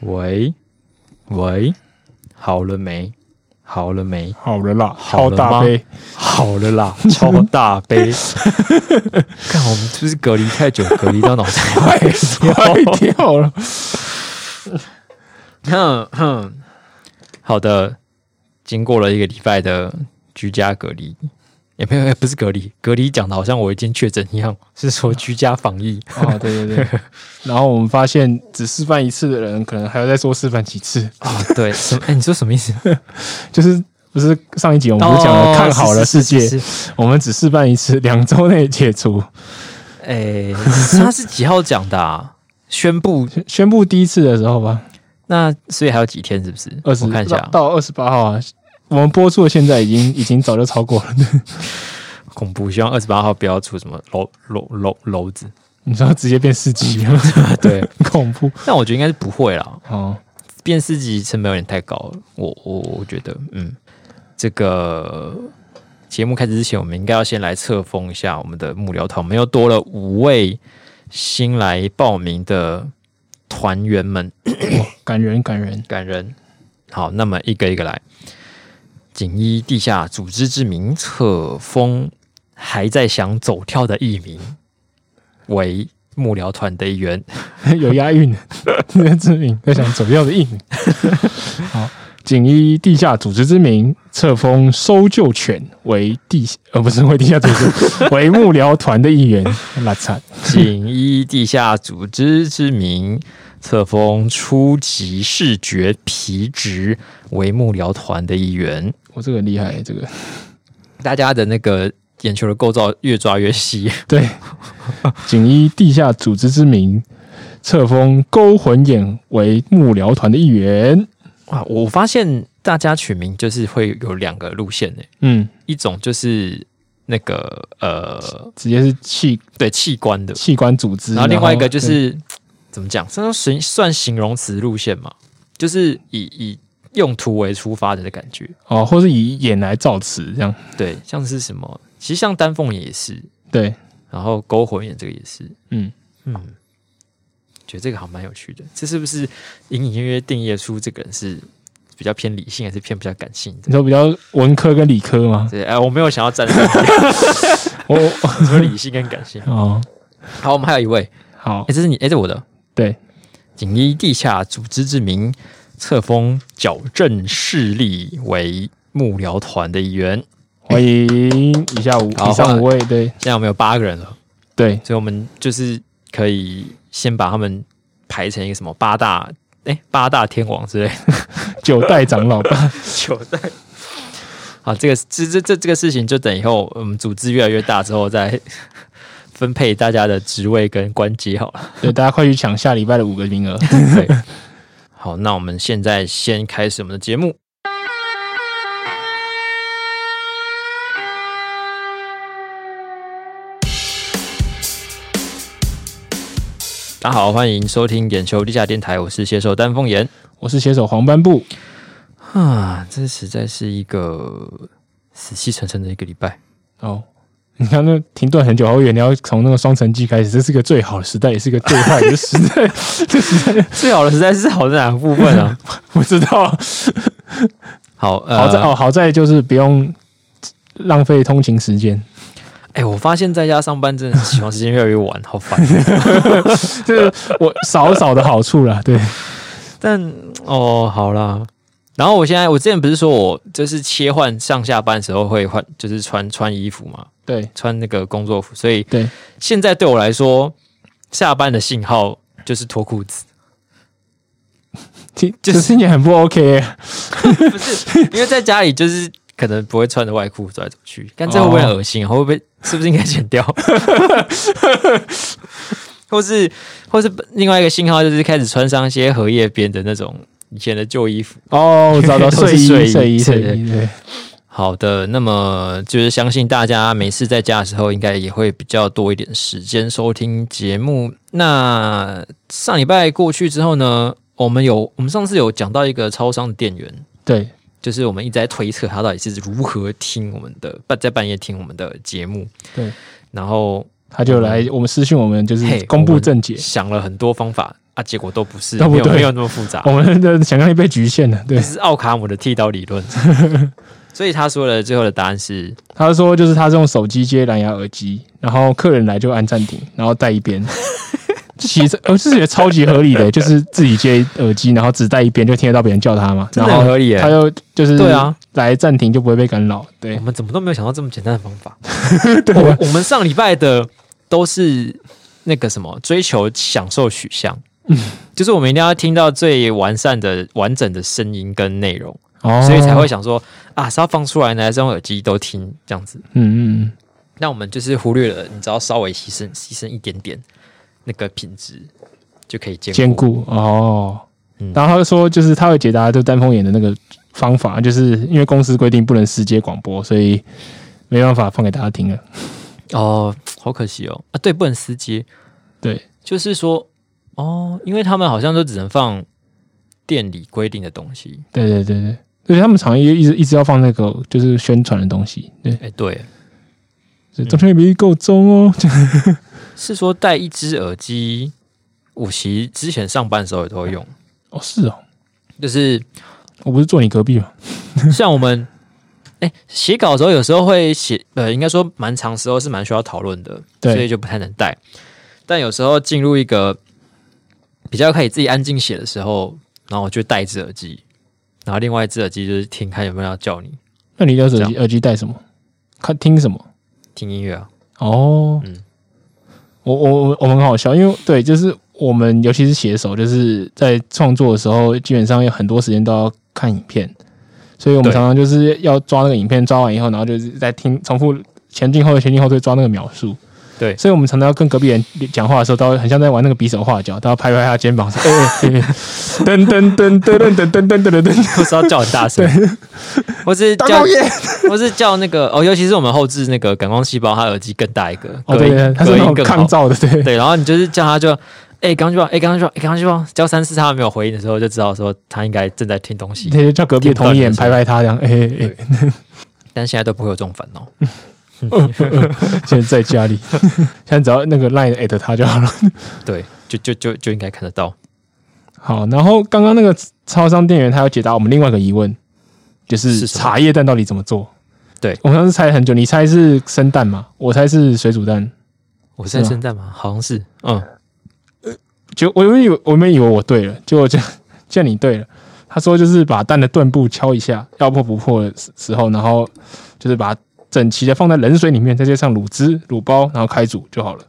喂，喂，好了没？好了没？好了啦，好超了大吗 杯，好了 啦，超大 杯。看我们是不是隔离太久，隔离到脑袋 坏坏掉？掉了。哼哼，好的，经过了一个礼拜的居家隔离，也没有，也不是隔离，隔离讲的好像我已经确诊一样，是说居家防疫。哦，对对对。 然后我们发现，只示范一次的人，可能还要再多示范几次。 哦，对，什么？哎、 你说什么意思？就是不是上一集我们不是讲了哦看好了世界，是是是是我们只示范一次，两周内解除。 哎、他是几号讲的、啊？宣布宣布第一次的时候吧，那，所以还有几天是不是？二十我看一下啊，到二十八号啊。我们播出的现在已经已经早就超过了。 恐怖，希望二十八号不要出什么篓篓篓篓子。你知道直接变四级了， 对， 恐怖但我觉得应该是不会啦，哦。变四级成本有点太高了。我我我觉得，嗯，这个节目开始之前，我们应该要先来册封一下我们的幕僚团，我们又多了五位新来报名的团员们，哇，感人感人。感人。好，那么一个一个来。锦衣地下组织之名册封，还在想走跳的艺名为幕僚团的一 员。 有 押韵，这些之名在想走掉的印。好，仅依地下组织之名册封搜救犬为地，呃，不是为地下组织， 为幕僚团的一员。拉惨，仅依地下组织之名，册封初级视觉皮质为幕僚团的一员。我这个很厉害，这个大家的那个眼球的构造越抓越细，对。仅依地下组织之名册封勾魂眼为幕僚团的一员。哇！我发现大家取名就是会有两个路线欸诶，嗯，一种就是那个呃，直接是器对器官的，器官组织，然后另外一个就是怎么讲，这算算形容词路线嘛，就是以以用途为出发的的感觉。哦，或是以眼来造词这样。对，像是什么，其实像丹凤眼也是，对，然后勾魂眼这个也是，嗯，嗯，觉得这个好像蛮有趣的。这是不是隐隐约约定义出这个人是比较偏理性，还是偏比较感性 的？你说比较文科跟理科吗？对，哎、我没有想要站在什我么理性跟感 性。哦，好，我们还有一位，好哎、，这是你，哎、这我的对，锦衣地下组织之名，册封矫正视力为幕僚团的一员。欢迎以下五好以上五位，对现在我们有八个人了，对，所以我们就是可以先把他们排成一个什么八大。哎、八大天王之类的。九代长老 吧，球在。好，这个这这这这个事情，就等以后我们组织越来越大之后再分配大家的职位跟官阶好了。对，大家快去抢下礼拜的五个名额。对，好，那我们现在先开始我们的节目。大家好，欢迎收听眼球地下电台，我是携手丹凤眼。我是携手黄斑布，啊，这实在是一个死气沉沉的一个礼拜。哦，你看那停顿很久，我以为你要从那个双城记开始，这是个最好的时代，也是个最坏的时代，这时代最好的实在是好在哪个部分啊？不知道。 好，呃，好在哦，好在就是不用浪费通勤时间，哎、我发现在家上班真的起床时间越来越晚， 好烦。这是我少少的好处啦。对，但哦，好啦。然后我现在，我之前不是说我就是切换上下班的时候会换，就是穿穿衣服嘛，对，穿那个工作服，所以对现在对我来说，下班的信号就是脱裤子，其就就是是你很不 OK，不是因为在家里就是可能不会穿着外裤走来走去，但这会不会很恶心啊？会不会是不是应该剪掉？ 或是或是另外一个信号就是开始穿上一些荷叶边的那种以前的旧衣服。哦，我找到都睡是衣，睡衣睡衣，对睡对衣，对，好的，那么就是相信大家每次在家的时候，应该也会比较多一点时间收听节目。那上礼拜过去之后呢，我们有我们上次有讲到一个超商的店员，对，就是我们一直在推测他到底是如何听我们的半在半夜听我们的节目，对，然后他就来我们私讯我们，就嗯嘿是公布正解。想了很多方法啊，结果都不是，都不没有对哦没有那么复杂我，们的想象力被局限了。对这，是奥卡姆的剃刀理 论。所以他说的最后的答案是，他说就是他是用手机接蓝牙耳机，然后客人来就按暂停，然后带 一边。这其实我是觉得超级合理的，就是自己接耳机，然后只带一边就听得到别人叫他嘛，真然的很后合理耶他。就就是对啊，来暂停就不会被干扰。对啊我，们怎么都没有想到这么简单的方 法。我我们上礼拜的都是那个什么追求享受取向，嗯就是我们一定要听到最完善的、完整的声音跟内容，哦所以才会想说啊，是要放出来呢，还是用耳机都听这样子？嗯嗯那我们就是忽略了，你只要稍微牺牲牺牲一点点那个品质，就可以兼嗯兼顾哦嗯。然后他就说就是他会解答就丹凤眼的那个方法，就是因为公司规定不能私接广播，所以没办法放给大家听了。哦，好可惜哦啊，对，不能私接，对，就是说哦，因为他们好像都只能放店里规定的东西。对对对对，而且他们常一一直一直要放那个就是宣传的东西，对，哎、对，就中间没够中哦， 是说戴一只耳机，我其实之前上班的时候也都会用，哦是哦，就是我不是坐你隔壁嘛， 像我们。哎，写稿的时候有时候会写，呃，应该说蛮长时候是蛮需要讨论的，对所以就不太能带。但有时候进入一个比较可以自己安静写的时候，然后我就戴一只耳机，然后另外一只耳机就是听看有没有人要叫你那你的手这机耳机戴什么？看听什么？听音乐啊。哦，嗯我我我我们很好笑，因为对，就是我们尤其是写手，就是在创作的时候，基本上有很多时间都要看影片，所以我们对常常就是要抓那个影片，抓完以后，然后就是在听重复前进后退前进后退抓那个描述。 对所以我们常常要跟隔壁人讲话的时候，都会很像在玩那个比手画脚，都要拍拍他肩膀说：“哎、欸，欸噔噔噔噔噔噔噔噔噔噔，不是要叫很大声，或是大叫冒烟。或是叫那个哦，尤其是我们后置那个感光细胞，它耳机更大一个，”哦，隔音对，他是隔那音种更抗好。噪的，对， 对，然后你就是叫他就哎，感光细胞，哎，感光细胞，哎，感光细胞，叫三次他没有回应的时候，就知道说他应该正在听东西他。就叫隔壁的同一眼拍拍他，这样，哎、欸、哎、欸但现在都不会有这种烦恼。现在在家里， 现在只要那个 line at 他就好了。 对，就就就就应该看得到。好，然后刚刚那个超商店员他要解答我们另外一个疑问，就是是什么茶叶蛋到底怎么做？对我们上次猜很久，你猜是生蛋吗？我猜是水煮蛋。我是在圣诞吗？好像是，嗯，就我原以为我原本以为我对了，结果就 见你对了。他说就是把蛋的盾部敲一下，要破不破的时时候，然后就是把它整齐的放在冷水里面，再加上卤汁、卤包，然后开煮就好了。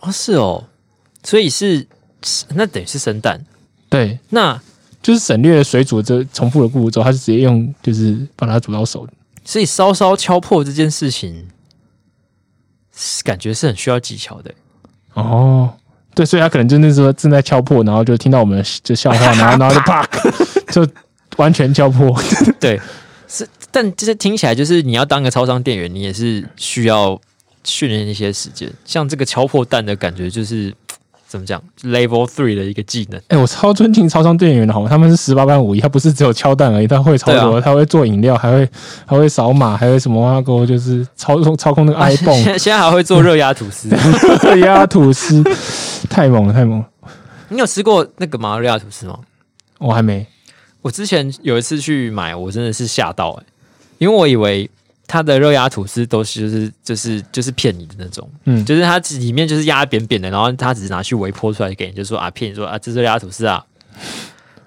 哦是哦，所以是是那等于是生蛋。对，那就是省略了水煮这重复的步骤，他是直接用就是把它煮到熟。所以稍稍敲破这件事情，是感觉是很需要技巧的。哦，对，所以他可能就那时候正在敲破，然后就听到我们就 笑话，然后然后就啪， 就完全敲破。 对，是，但就是听起来就是你要当个超商店员，你也是需要训练一些时间。像这个敲破蛋的感觉，就是怎么讲，level three 的一个技能。哎、我超尊敬超商店员的好吗？他们是十八般武艺，他不是只有敲蛋而已，他会超多，对啊他会做饮料，还会还会扫码，还会什么啊？给我就是操控 操控那个现 iPhone 在现在还会做热压吐司，压吐司，太猛了，太猛了！ 你有吃过那个麻热压吐司吗？我还没，我之前有一次去买，我真的是吓到哎、因为我以为它的热压吐司都是就是就是就是骗你的那种，嗯，就是它里面就是压得扁扁的，然后它只是拿去微波出来给你，就说啊骗你说啊这是热压吐司啊，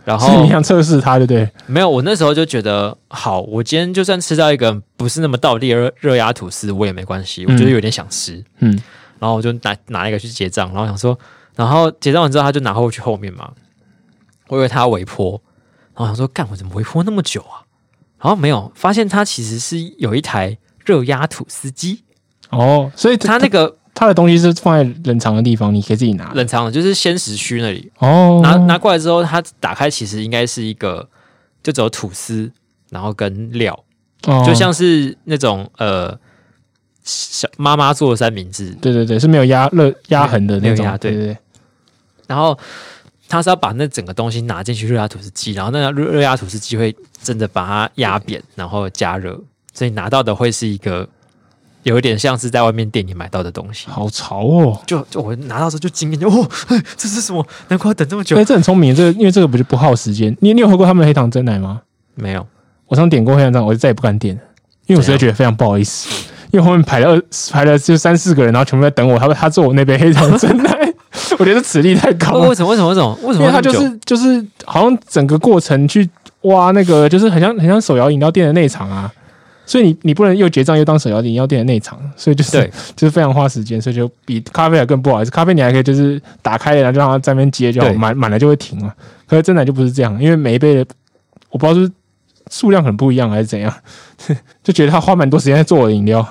然是后你想测试他，对不对？没有，我那时候就觉得，好，我今天就算吃到一个不是那么道地的热热压吐司，我也没关系，我觉得有点想吃，嗯，然后我就拿拿一个去结账，然后想说，然后结账完之后他就拿过去后面嘛，我以为他要微波，然后想说，干，我怎么微波那么久啊？然后没有发现它其实是有一台热压吐司机，哦，所以它那个他的东西是放在冷藏的地方，你可以自己拿。冷藏的就是鲜食区那里，哦，拿拿过来之后，它打开其实应该是一个就只有吐司，然后跟料。哦就像是那种呃小妈妈做的三明治，对对对，是没有压热压痕的那没有种压，对对对，然后他是要把那整个东西拿进去热压吐司机，然后那热热压吐司机会真的把它压扁，然后加热，所以拿到的会是一个有一点像是在外面店里买到的东西。好潮哦！就就我拿到时候就 惊艳，就哦，哎这是什么？难怪要等这么久对，。哎这很聪明，这个因为这个不就不耗时间。你你有喝过他们的黑糖真奶吗？没有，我上次点过黑糖真奶，我就再也不敢点了，因为我实在觉得非常不好意思，因为后面排了二排了就三四个人，然后全部在等我，他他做我那杯黑糖 真奶，我觉得此力太高为了，什么？为什么？为什么？为什因为么？他就是就是好像整个过程去挖那个，就是很像很像手摇饮料店的内场啊。所以你你不能又结账又当手摇饮料店的内场，所以就是对 就是非常花时间，所以就比咖啡还更不好意思。咖啡你还可以就是打开了，然后就让它在那边接就好，对满满了就会停了。可是真奶就不是这样，因为每一杯的我不知道是数量很不一样还是怎样， 就觉得他花蛮多时间在做我的饮料。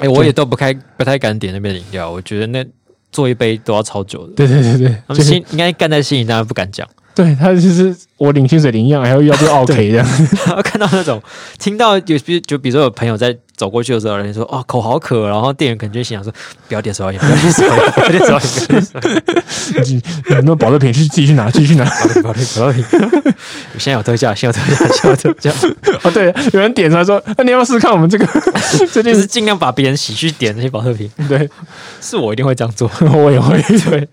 哎、我也都不开不太敢点那边的饮料，我觉得那做一杯都要超久的。对对对对，他就们是心应该干在心里，当然不敢讲。对他就是我领薪水领一样，还要要不要 OK 这样。然后看到那种听到有比就比如说有朋友在走过去的时候，人家说哦口好渴，然后店员可能就心想说不要点手摇饮，不要点手摇饮，不要点手摇饮，不要点手摇饮你你有没有保乐瓶？去自己去 拿，自己去拿。不要点手摇饮。现在有特价，现在有特价，现在有特价， 哦，对，有人点出来说，那、你要不要试试看我 们这个就最近是尽量把别人洗去点那些保特瓶，对， 是我一定会这样做。我也 会对。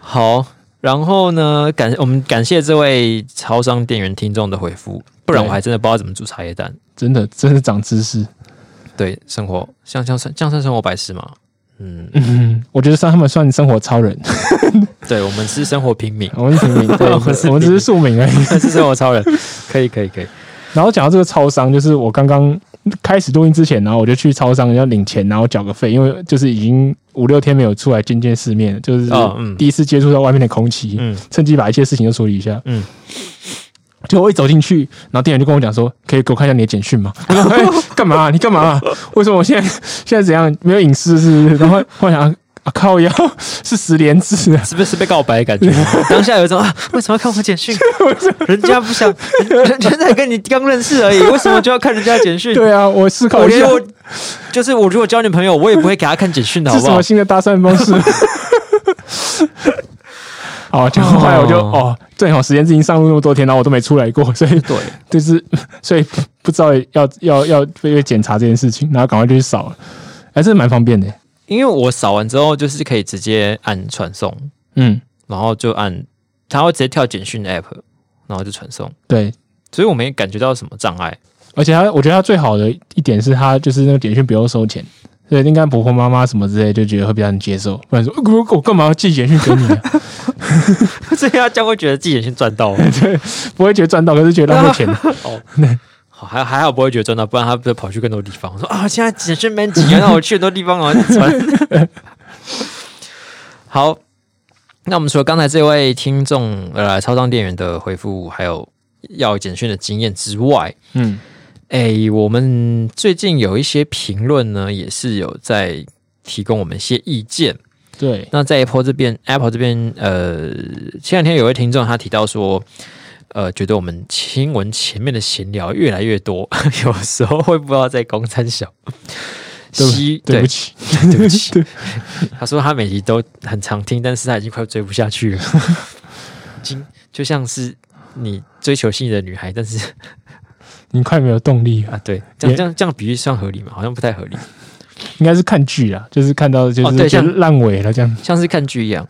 好，然后呢，感我们感谢这位超商店员听众的回复，不然对我还真的不知道怎么煮茶叶蛋。真的，真是长知识。对，生活像像算这样算生活白痴吗？嗯，嗯，我觉得算他们算生活超人，，对，我们是生活平民我们是平民，对，我 我们们是我们只是庶民而已。但是生活超人，可以可以可以，然后讲到这个超商，就是我刚刚开始录音之前，然后我就去超商要领钱，然后缴个费，因为就是已经五六天没有出来见见世面了，就是哦嗯第一次接触到外面的空气，嗯趁机把一切事情都处理一下。嗯，就我一走进去，然后店员就跟我讲说：“可以给我看一下你的简讯吗？” 我说：“哎，干嘛啊、你干嘛啊、为什么我现在现在怎样没有隐私是不是？”然后后来想啊靠腰是十连字 啊，是不是被告白的感觉？ 当下有一种啊，为什么要看我简 讯？人家不想，人家在跟你刚认识而已，为什么就要看人家简讯？对啊，我思考我一连下，我就是我如果交女朋友，我也不会给她看简讯的， 好是不什好么？新的搭讪方式？ 哦，就后来我就哦哦，正好时间已经上路那么多天，然后我都没出来过，所以对，就是所以不知道要要要被被检查这件事情，然后赶快就去扫了，还是蛮方便的。因为我扫完之后就是可以直接按传送，嗯，然后就按，它会直接跳简讯 app，然后就传送，对，所以我没感觉到什么障碍。 而且他我觉得他最好的一点是他就是那个简讯不用收钱，所以应该婆婆妈妈什么之类就觉得会比较能接受，不然说呃我我干嘛要寄简讯给你、 啊？所以他将会觉得自己先赚到不会觉得赚到，可是觉得浪费钱。哦。好还还好不会觉得赚到，不然他不是跑去更多地方。我说啊，现在简讯没几个，那我去很多地方啊传。 好，那我们除了刚才这位听众呃超商店员的回复，还有要简讯的经验之外，嗯，诶，我们最近有一些评论呢，也是有在提供我们一些意见。对，那在 Apple 这边，Apple 这边，呃，前两天有位听众他提到说，呃，觉得我们新闻前面的闲聊越来越多， 有时候会不知道在公三小。 对不西对对不起，对不 起，他说他每集都很常听，但是他已经快追不下去了， 已经就像是你追求心仪的女孩，但是你快没有动力了，啊，对，这样也这样这样比喻算合理吗？好像不太合理， 应该是看剧啦，就是看到就哦是对就像是烂尾了这样。像是看剧一样。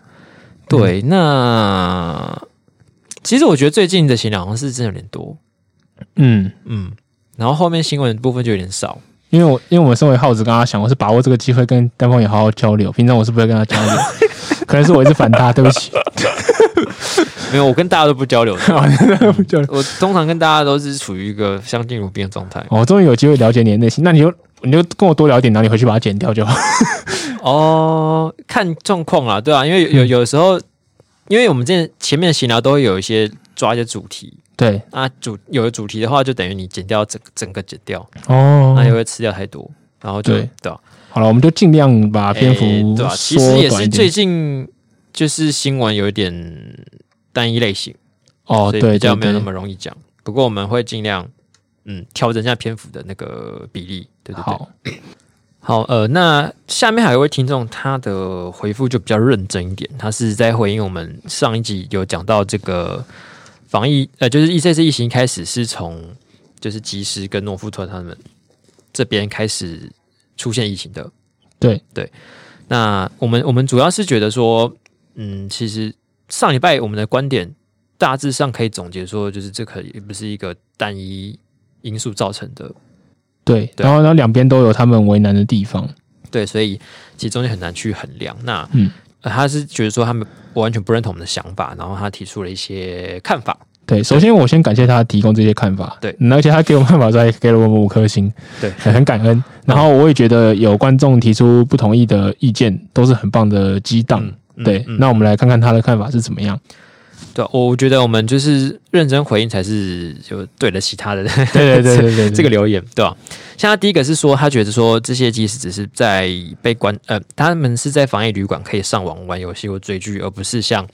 对，嗯那其实我觉得最近的闲聊好像是真的有点多，嗯，嗯，然后后面新闻的部分就有点少。因为我因为我们身为耗子，跟他想，我是把握这个机会跟丹凤也好好交流。平常我是不会跟他 交流，可能是我一直反他，对不起，哦没有，我跟大家都不交流的， 不交流。我通常跟大家都是处于一个相敬如宾的状态。我终于有机会了解你的内心，那你就你就跟我多聊一点，然后你回去把它剪掉就好。哦，看状况啦，对啊，因为有有有时候，因为我们之前前面的闲聊都会有一些抓一些主题对，啊，主有的主题的话，就等于你剪掉整整个剪掉， 哦那也会吃掉太多，然后就对对啊好了，我们就尽量把篇幅诶对啊，其实缩也短是一最点。近就是新闻有一点单一类型。哦，所以对比对较没有那对，么容易讲。不过我们会尽量嗯调整一下篇幅的那个比例，对对对。好，好，呃，那下面还有一位听众，他的回复就比较认真一点，他是在回应我们上一集有讲到这个防疫，呃，就是 E C C 疫情一开始是从就是及时跟诺富特他们这边开始出现疫情的。对对，那我们我们主要是觉得说，嗯，其实上礼拜我们的观点大致上可以总结说，就是这可也不是一个单一因素造成的，对，对然后呢，两边都有他们为难的地方。对，所以其实中间很难去衡量。那嗯呃他是觉得说他们完全不认同我们的想法，然后他提出了一些看法。对，首先我先感谢他提供这些看法，对嗯而且他给我们看法之后，还 给了我们五颗星，对很很感恩。然后我也觉得有观众提出不同意的意见，都是很棒的激荡。嗯对，嗯那我们来看看他的看法是怎么样。对，我我觉得我们就是认真回应才是就对得起他的对对对对对，这个留言，对吧、像他第一个是说，他觉得说这些即使只是在被关，呃，他们是在防疫旅馆可以上网玩游戏或追剧，而不是像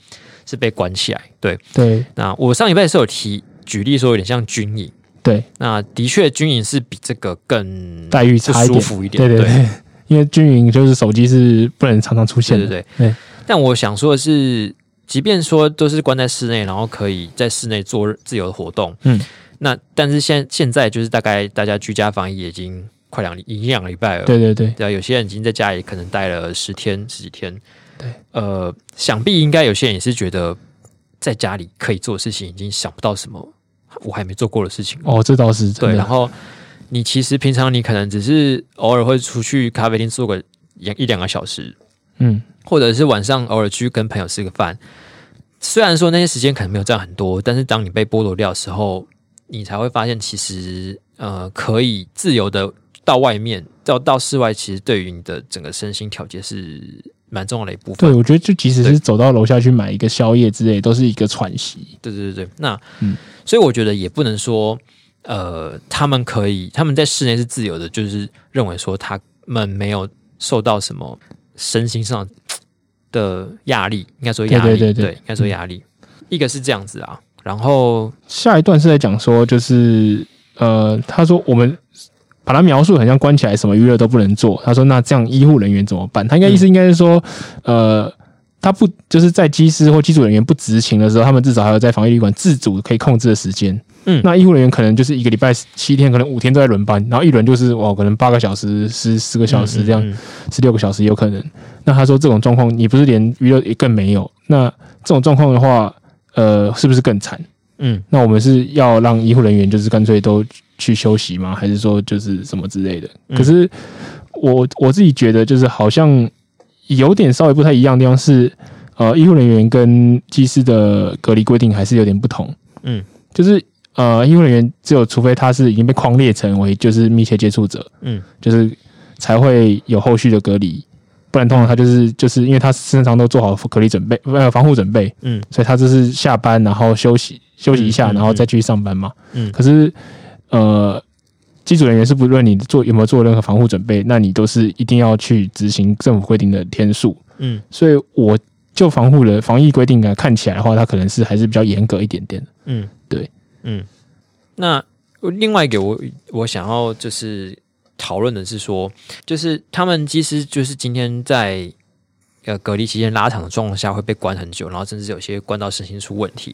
是被关起来。对，对那我上礼拜是有提举例说，有点像军营。对那的确，军营是比这个更待遇差一舒点，服一点，对对对，因为军营就是手机是不能常常出现对的，对对。对但我想说的是，即便说都是关在室内，然后可以在室内做自由的活动，嗯，那但是现现在就是大概大家居家防疫已经快两已经两个礼拜了，对对对对啊，有些人已经在家里可能待了十天十几天，对，呃，想必应该有些人也是觉得在家里可以做的事情已经想不到什么我还没做过的事情了，哦，这倒是真对，的，然后你其实平常你可能只是偶尔会出去咖啡厅坐个一一两个小时，嗯，或者是晚上偶尔去跟朋友吃个饭。虽然说那些时间可能没有占很多，但是当你被剥夺掉的时候，你才会发现其实呃可以自由的到外面到到室外，其实对于你的整个身心调节是蛮重要的一部分。对，我觉得就即使是走到楼下去买一个宵夜之类，都是一个喘息。对对对对，那、嗯所以我觉得也不能说，呃，他们可以他们在室内是自由的，就是认为说他们没有受到什么身心上的压力，应该说压力，对对对对嗯应该说压力。一个是这样子啊，然后下一段是在讲说，就是呃，他说我们把它描述很像关起来，什么娱乐都不能做。他说那这样医护人员怎么办？他应该意思应该是说，呃。他不就是在机师或机组人员不执勤的时候，他们至少还有在防疫旅馆自主可以控制的时间。嗯那医护人员可能就是一个礼拜七天，可能五天都在轮班，然后一轮就是哦，可能八个小时、十十个小时这样嗯嗯嗯十六个小时有可能。那他说这种状况，你不是连娱乐也更没有？那这种状况的话，呃，是不是更惨？嗯那我们是要让医护人员就是干脆都去休息吗？还是说就是什么之类的？嗯可是我我自己觉得，就是好像有点稍微不太一样的地方是，呃，医护人员跟技师的隔离规定还是有点不同。嗯，就是呃，医护人员只有除非他是已经被框列成为就是密切接触者，嗯就是才会有后续的隔离。不然通常他就是就是因为他身上都做好隔离准备，呃，防护准备，嗯所以他就是下班然后休息休息一下，嗯嗯然后再去上班嘛。嗯可是呃，机组人员是不论你做有没有做任何防护准备，那你都是一定要去执行政府规定的天数。嗯所以我就防护的防疫规定啊，看起来的话，它可能是还是比较严格一点点的。嗯，对，嗯。那另外一个我我想要就是讨论的是说，就是他们其实就是今天在呃隔离期间拉长的状况下会被关很久，然后甚至有些关到身心出问题，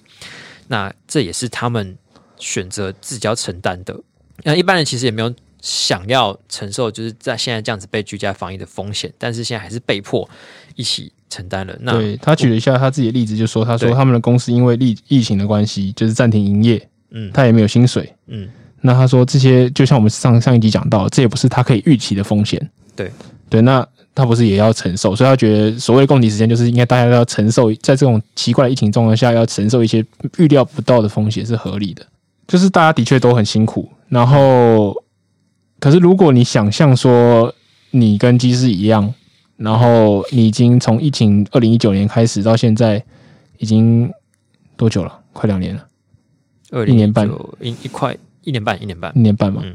那这也是他们选择自己要承担的。那一般人其实也没有想要承受，就是在现在这样子被居家防疫的风险，但是现在还是被迫一起承担了。那对他举了一下他自己的例子，就说他说对他们的公司因为疫疫情的关系，就是暂停营业，嗯他也没有薪水。嗯那他说这些就像我们上上一集讲到，这也不是他可以预期的风险。对对，那他不是也要承受？所以他觉得所谓供体时间，就是应该大家都要承受，在这种奇怪的疫情状况下，要承受一些预料不到的风险是合理的。就是大家的确都很辛苦，然后可是如果你想象说你跟机师一样，然后你已经从疫情二零一九年开始到现在，已经多久了？快两年了。二一年半一一块一年半一年半一，年半嘛，嗯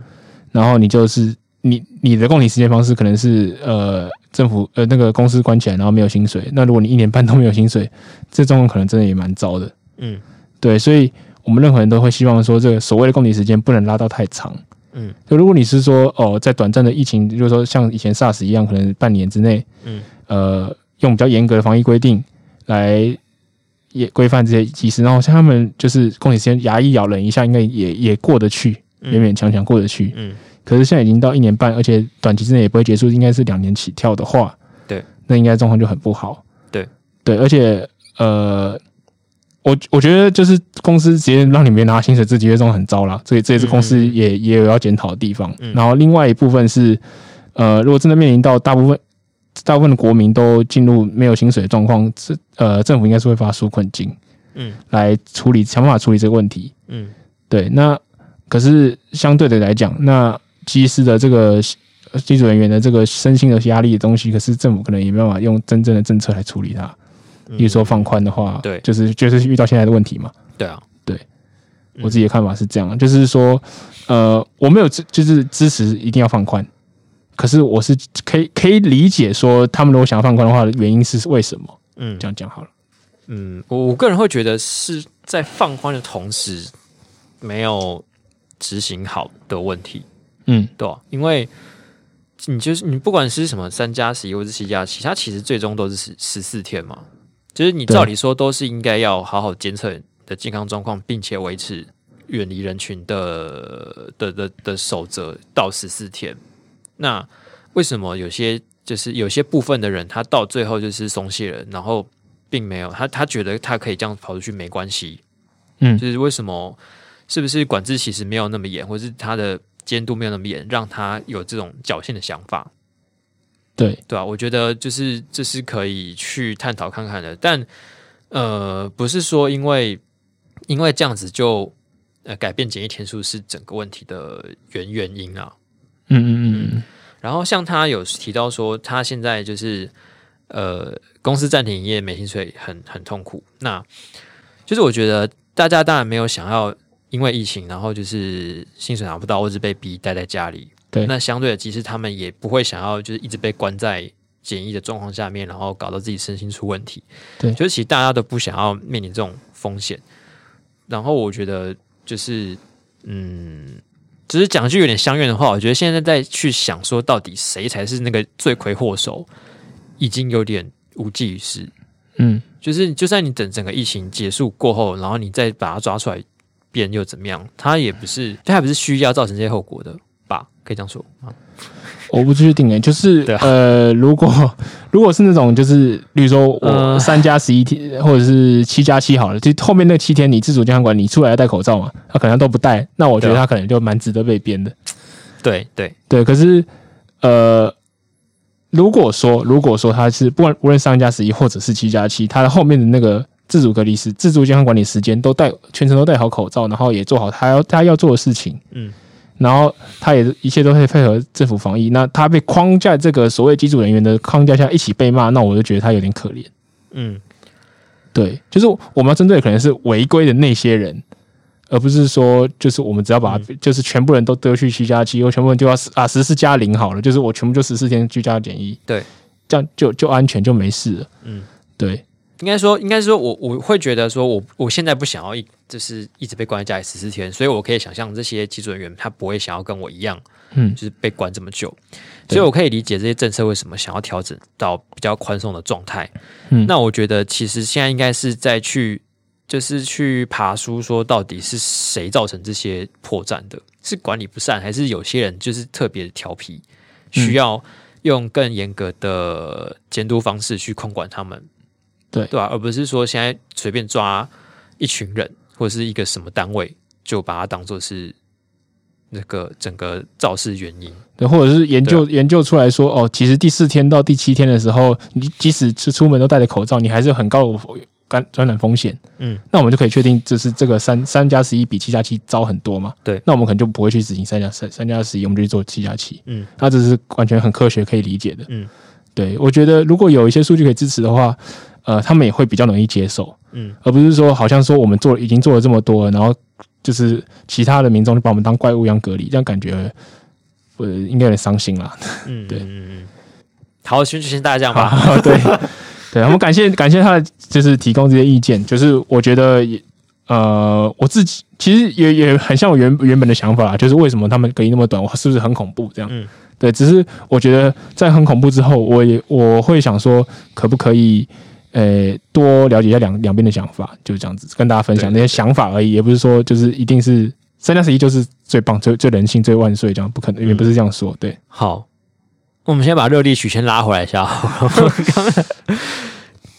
然后你就是你你的供体时间方式可能是呃政府呃那个公司关起来，然后没有薪水。那如果你一年半都没有薪水，这状况可能真的也蛮糟的。嗯对，所以我们任何人都会希望说，这个所谓的供体时间不能拉到太长。嗯就如果你是说哦，在短暂的疫情，就是说像以前 SARS 一样，可能半年之内，嗯，呃，用比较严格的防疫规定来也规范这些技师，然后像他们就是供体时间牙一咬人一下，应该也也过得去，嗯勉勉强强过得去。嗯可是现在已经到一年半，而且短期之内也不会结束，应该是两年起跳的话，对，那应该状况就很不好。对对，而且呃，我我觉得就是公司直接让你没拿薪水，这的确状况很糟啦。这这也是公司嗯嗯嗯也、也有要检讨的地方。嗯然后另外一部分是，呃，如果真的面临到大部分大部分的国民都进入没有薪水的状况，这呃政府应该是会发纾困金嗯来处理，想办法处理这个问题。嗯对，那可是相对的来讲，那机师的这个呃机组人员的这个身心的压力的东西，可是政府可能也没办法用真正的政策来处理它。嗯比如说放宽的话，对就是就是遇到现在的问题嘛。对啊，嗯我自己的看法是这样，就是说，呃，我没有支就是支持一定要放宽，可是我是可以可以理解说，他们如果想要放宽的话，原因是为什么？嗯这样讲好了。嗯，我我个人会觉得是在放宽的同时没有执行好的问题，嗯对啊、因为你就是你不管是什么三加十一或是七加七，它其实最终都是十十四天嘛，就是你对照理说都是应该要好好监测你的健康状况，并且维持远离人群的的的的守则到十四天。那为什么有些就是有些部分的人，他到最后就是松懈了，然后并没有他他觉得他可以这样跑出去没关系，嗯就是为什么是不是管制其实没有那么严，或是他的监督没有那么严，让他有这种侥幸的想法，对，对吧、啊我觉得就是这是可以去探讨看看的，但呃，不是说因为因为这样子就呃改变检疫天数是整个问题的原原因啊，嗯嗯嗯然后像他有提到说，他现在就是呃，公司暂停营业，没薪水，很很痛苦。那就是我觉得大家当然没有想要因为疫情，然后就是薪水拿不到，或是被逼待在家里。对那相对的，其实他们也不会想要就是一直被关在简易的状况下面，然后搞到自己身心出问题。对就是其实大家都不想要面临这种风险。然后我觉得就是嗯。只是讲句有点相怨的话，我觉得现在再去想说到底谁才是那个罪魁祸首，已经有点无济于事。嗯就是就算你等整个疫情结束过后，然后你再把它抓出来变又怎么样？他也不是，他也不是需要造成这些后果的吧？可以这样说吗？我不确定诶、欸就是、对啊呃，如果如果是那种就是，例如说我呃三加十一天，或者是七加七好了，就后面那七天你自主健康管理，你出来要戴口罩嘛，他可能都不戴，那我觉得对啊他可能就蛮值得被编的。对对，对，可是呃，如果说如果说他是不管无论三加十一或者是七加七，他的后面的那个自主隔离时、自主健康管理时间都戴全程都戴好口罩，然后也做好他要他要做的事情，嗯，然后他也一切都会配合政府防疫。那他被框架这个所谓机组人员的框架下一起被骂，那我就觉得他有点可怜。嗯对，就是我们要针对的可能是违规的那些人，而不是说就是我们只要把、嗯就是全部人都丢去七加七，或全部人丢到10啊十四加零好了，就是我全部就十四天居家检疫，对，这样就就安全就没事了。嗯，对，应该说，应该说我我会觉得说我我现在不想要一就是一直被关在家里十四天，所以我可以想象这些技术人员他不会想要跟我一样。嗯就是被关这么久，对所以我可以理解这些政策为什么想要调整到比较宽松的状态。嗯那我觉得其实现在应该是在去，就是去爬书说到底是谁造成这些破绽的，是管理不善，还是有些人就是特别调皮，嗯需要用更严格的监督方式去控管他们，对对吧、而不是说现在随便抓一群人或者是一个什么单位就把它当做是。那个整个肇事原因，对，或者是研究、啊研究出来说，哦，其实第四天到第七天的时候，你即使是出门都戴着口罩，你还是有很高的感传染风险。嗯，那我们就可以确定，就是这个三三加十一比七加七糟很多嘛。对那我们可能就不会去执行三加三三加十一，我们就去做七加七。嗯，那这是完全很科学可以理解的。嗯，对，我觉得如果有一些数据可以支持的话，呃，他们也会比较容易接受，嗯，而不是说好像说我们做已经做了这么多了，然后就是其他的民众就把我们当怪物一样隔离，这样感觉。呃，应该有点伤心啦。嗯，对嗯嗯嗯。好，先就先大家这样吧。 好， 对，对，我们感谢感谢他的就是提供这些意见，就是我觉得也呃，我自己其实也也很像我原原本的想法啦，就是为什么他们隔离那么短，我是不是很恐怖这样？嗯对，只是我觉得在很恐怖之后，我也我会想说，可不可以呃多了解一下两两边的想法，就是这样子跟大家分享对那对些想法而已，也不是说就是一定是。三加十一就是最棒、最最人性、最万岁，这样不可能，也不是这样说。对，好，我们先把热力曲先拉回来一下 好了。我们刚才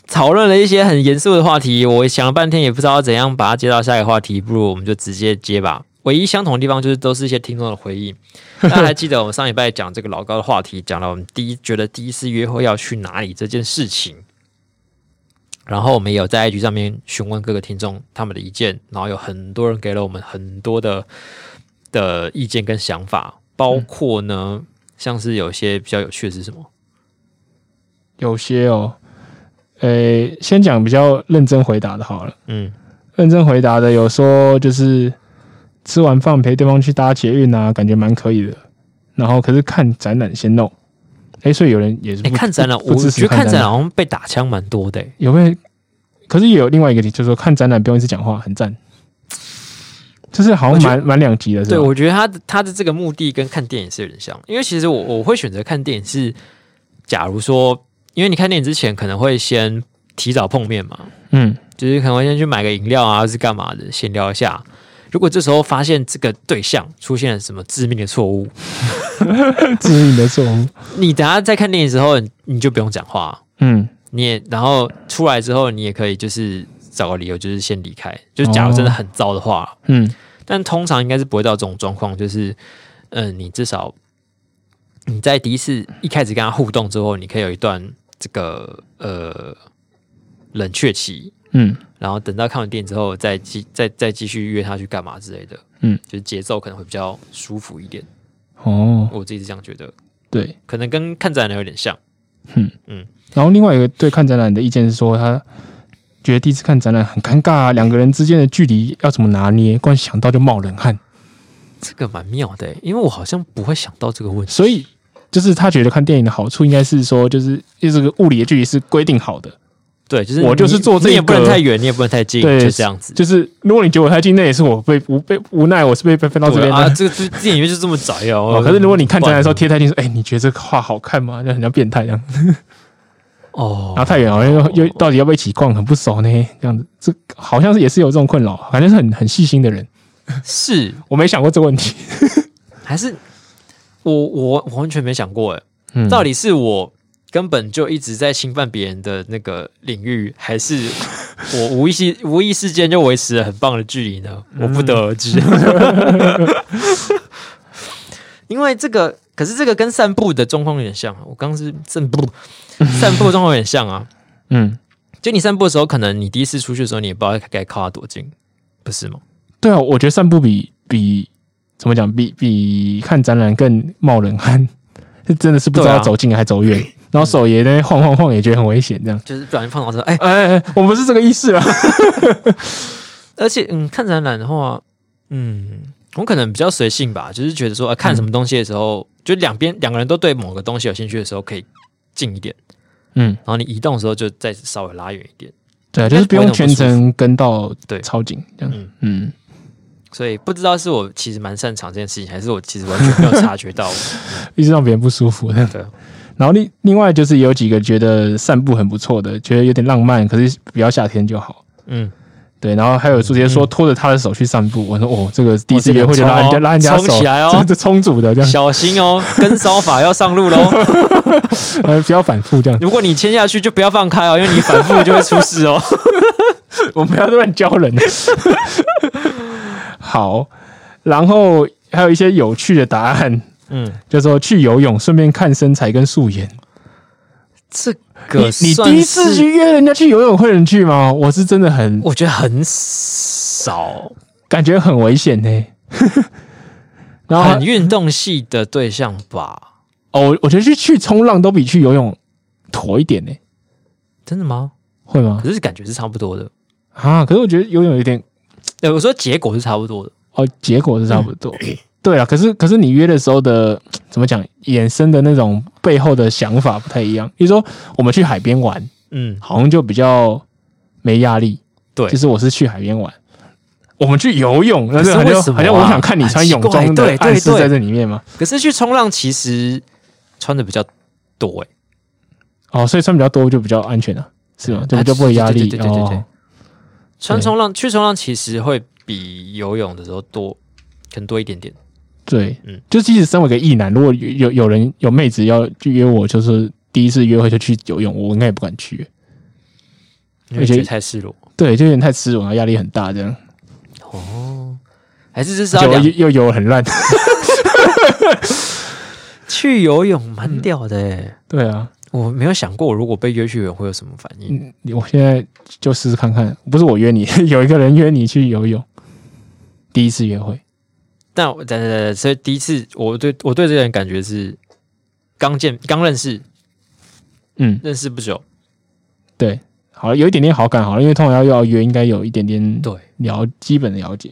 讨论了一些很严肃的话题，我想了半天也不知道怎样把它接到下一个话题，不如我们就直接接吧。唯一相同的地方就是都是一些听众的回忆。大家还记得我们上礼拜讲这个老高的话题，讲了我们第一觉得第一次约会要去哪里这件事情。然后我们也有在 IG 上面询问各个听众他们的意见，然后有很多人给了我们很多的的意见跟想法，包括呢，像是有些比较有趣的是什么？有些哦，呃，先讲比较认真回答的好了。嗯，认真回答的有说就是吃完饭陪对方去搭捷运啊，感觉蛮可以的。然后可是看展览先弄，哎，所以有人也是哎、不看展览，不我不支觉持得看展展览好像被打枪蛮多的、欸。有没有？可是也有另外一个点，就是说看展览不用一直讲话，很赞。就是好像蛮蛮两极的，是对，吧？我觉得他的他的这个目的跟看电影是有点像，因为其实我我会选择看电影是，假如说，因为你看电影之前可能会先提早碰面嘛，嗯，就是可能会先去买个饮料啊，或是干嘛的，闲聊一下。如果这时候发现这个对象出现了什么致命的错误，致命的错误。你等下在看电影之后，你你就不用讲话，啊嗯，你也然后出来之后，你也可以就是找个理由，就是先离开。就是假如真的很糟的话，嗯，但通常应该是不会到这种状况，就是，嗯、你至少你在第一次一开始跟他互动之后，你可以有一段这个呃冷却期，嗯，然后等到看完电影之后，再继再再继续约他去干嘛之类的，嗯，就是节奏可能会比较舒服一点，哦，我自己是这样觉得，对。可能跟看展览有点像，然后另外一个对看展览的意见是说，他觉得第一次看展览很尴尬、啊，两个人之间的距离要怎么拿捏，光想到就冒冷汗。这个蛮妙的欸、因为我好像不会想到这个问题，所以就是他觉得看电影的好处应该是说，就是这个物理的距离是规定好的，对，就是我就是你做这你也个不能太远，你也不能太近，对就这样子。就是如果你觉得我太近，那也是我被无被无奈，我是被被分到这对边的。啊，这个这电影院就这么窄哦哦，。可是如果你看展览的时候不然贴太近，说：“哎、你觉得这个画好看吗？”就很像变态这样。哦，然后太远，好像又又到底要不要一起逛，很不熟呢。这样子，这好像是也是有这种困扰，反正是很很细心的人。是我没想过这个问题。还是我我我完全没想过哎，嗯到底是我根本就一直在侵犯别人的那个领域，还是我无意识无意识间就维持了很棒的距离呢？嗯我不得而 知。因为这个，可是这个跟散步的状况有点像啊。我刚刚是散步，散步的状况有点像啊。嗯，就你散步的时候，可能你第一次出去的时候，你也不知道该靠他多近，不是吗？对啊，我觉得散步比比怎么讲，比比看展览更冒冷汗， 是真的是不知对道啊走近还 走远，然后手也在那边晃晃晃，也觉得很危险这样。就是不小心碰到说， 哎、哎哎，哎我们不是这个意思啊。而且，嗯，看展览的话，嗯，我可能比较随性吧，就是觉得说，呃、看什么东西的时候，就两边两个人都对某个东西有兴趣的时候，可以近一点， 嗯，然后你移动的时候就再稍微拉远一点。对啊，就是不用全程跟到哎对超紧这嗯样。嗯，所以不知道是我其实蛮擅长这件事情，还是我其实完全没有察觉 到。一直让别人不舒服这样。对啊，然后另另外就是有几个觉得散步很不错的，觉得有点浪漫，可是不要夏天就好。嗯，对，然后还有直接说嗯拖着他的手去散步，我说哦，这个第一次哦这个约会就拉人冲家、哦拉人家手，冲起来哦这这 冲组的这样，小心哦，跟骚法要上路喽。 呃，不要反复这样，如果你牵下去，就不要放开哦，因为你反复就会出事哦。 我们不要乱教人。 好，然后还有一些有趣的答案，嗯，就说去游泳，顺便看身材跟素颜。这你个你算第一次是去约人家去游泳会有人去吗？我是真的很我觉得很少。感觉很危险呢、 然后很运动系的对象吧？哦，我我觉得去去冲浪都比去游泳妥一点呢、真的吗？会吗？可是感觉是差不多的。啊，可是我觉得游泳有点对，我说结果是差不多的。哦，结果是差不多。嗯 对啊，可是可是你约的时候的 怎么讲，衍生的那种背后的想法不太一样。比如说，我们去海边玩，嗯，好像就比较没压力。对就是我是去海边玩，我们去游泳，那可是就好为像什么啊好像我想看你穿泳装很奇怪对的对暗示对在这里面嘛。可是去冲浪其实穿的比较多哎、哦，所以穿比较多就比较安全啊，是吗？就啊就不会压力。对对对对对对对哦穿冲浪去冲浪其实会比游泳的时候多可能多一点点。对，嗯就即使身为一个异男，如果有有有人有妹子要去约我，就是第一次约会就去游泳，我应该也不敢去。因为觉得太失落对，就有点太吃软了，压力很大，这样哦，还是就是要就两又又游得很烂。去游泳，蛮屌的、欸。对啊，我没有想过，如果被约去游泳会有什么反应。嗯，我现在就试试看看，不是我约你， 有一个人约你去游泳，第一次约会，但我等等等等，所以第一次我对我对这个人感觉是刚见刚认识，嗯，认识不久，对，好，有一点点好感好了，因为通常要要约，应该有一点点嗯对，了基本的了解，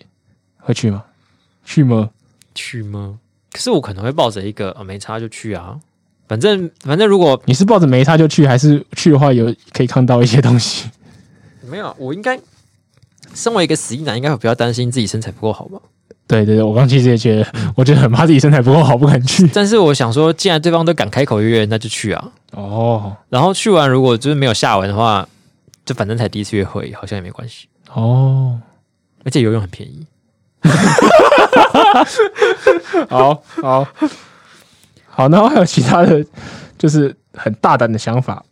会去吗？去吗？去吗？可是我可能会抱着一个啊、没差就去啊，反正反正如果你是抱着没差就去，还是去的话有可以看到一些东西？ 没有，我应该身为一个死意男，应该会比较担心自己身材不够好吧。对对对，我刚其实也觉得，我觉得很怕自己身材不够好，不敢去。但是我想说，既然对方都敢开口约，那就去啊。哦然后去完如果就是没有下文的话，就反正才第一次约会，好像也没关系。哦，而且游泳很便宜，好好好，然后还有其他的，就是很大胆的想法。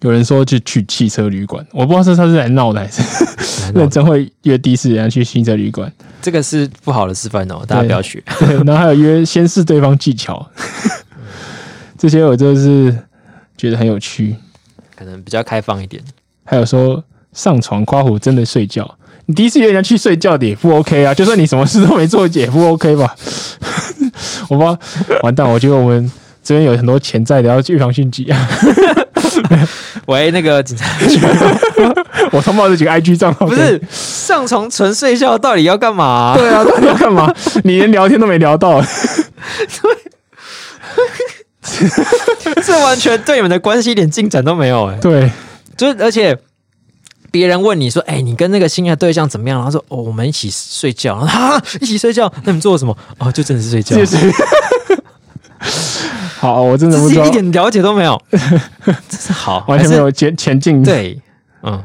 有人说去去汽车旅馆，我不知道是他是来闹的还是认真会约的士人家去汽车旅馆。这个是不好的示范哦，大家不要学。 对，然后还有约先试对方技巧， 这些我就是觉得很有趣。可能比较开放一点，还有说上床夸虎真的睡觉，你第一次约人家去睡觉的也不 OK 啊，就算你什么事都没做也不 OK 吧？ 我不知道，完蛋，我觉得我们这边有很多潜在的要预防性疾，喂，那个警察局 我他妈的几个 IG 账号不是上床纯睡觉，到底要干嘛、对啊，到底要干嘛？你连聊天都没聊到， 这完全对你们的关系一点进展都没有哎、对就是而且别人问你说，哎、你跟那个新的对象怎么样？然后说，哦，我们一起睡觉。 然后哈，一起睡觉，那你们做了什么？哦，就真的是睡觉，这是。 好，我真的自不知己道一，点了解都没 有，真是好，完全没还有前前进。是。对，嗯，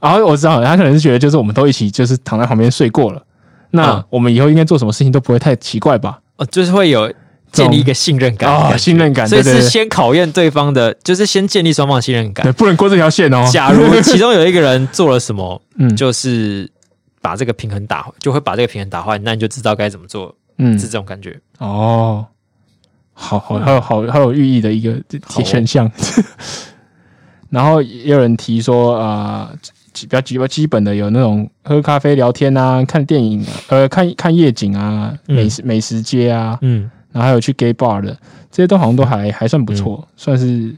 然后我知道他可能是觉得，就是我们都一起就是躺在旁边睡过了，那嗯我们以后应该做什么事情都不会太奇怪吧？哦，就是会有建立一个信任感的啊、感觉信任感，所以对是对对先考验对方的，就是先建立双方的信任感对，。不能过这条线哦。假如其中有一个人做了什么，嗯就是把这个平衡打，就会把这个平衡打坏，那你就知道该怎么做，嗯是这种感觉。哦，好好还有好好有寓意的一个嗯好哦选项。 然后也有人提说啊、呃比较比较基本的有那种喝咖啡聊天啊，看电影啊，呃，看看夜景啊，嗯美食美食街啊，嗯，然后还有去 gay bar 的，这些都好像都还还算不错，算是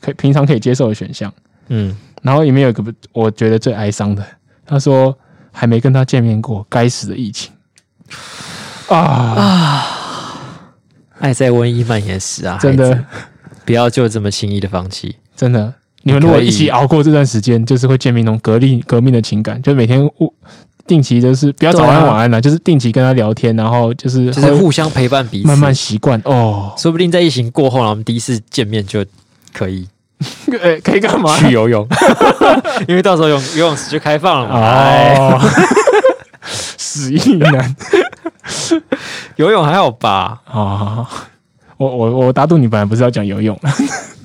可以平常可以接受的选项。嗯，然后里面有一个不我觉得最哀伤的，他说还没跟他见面过，该死的疫情啊，爱在瘟疫蔓延时啊，真孩子的不要就这么轻易的放弃。真的，你们如果可以一起熬过这段时间，就是会建立那种革命革命的情感，就每天我定期就是不要对早啊安晚安啦，就是定期跟他聊天，然后就是就是会互相陪伴彼此，慢慢习惯哦。 说不定在疫情过后，然后我们第一次见面就可以哎呃，可以干嘛？去游泳， 因为到时候泳游泳池就开放了嘛。哎，哦， 死啊意男游泳还好吧？啊！我我我打赌你本来不是要讲游泳。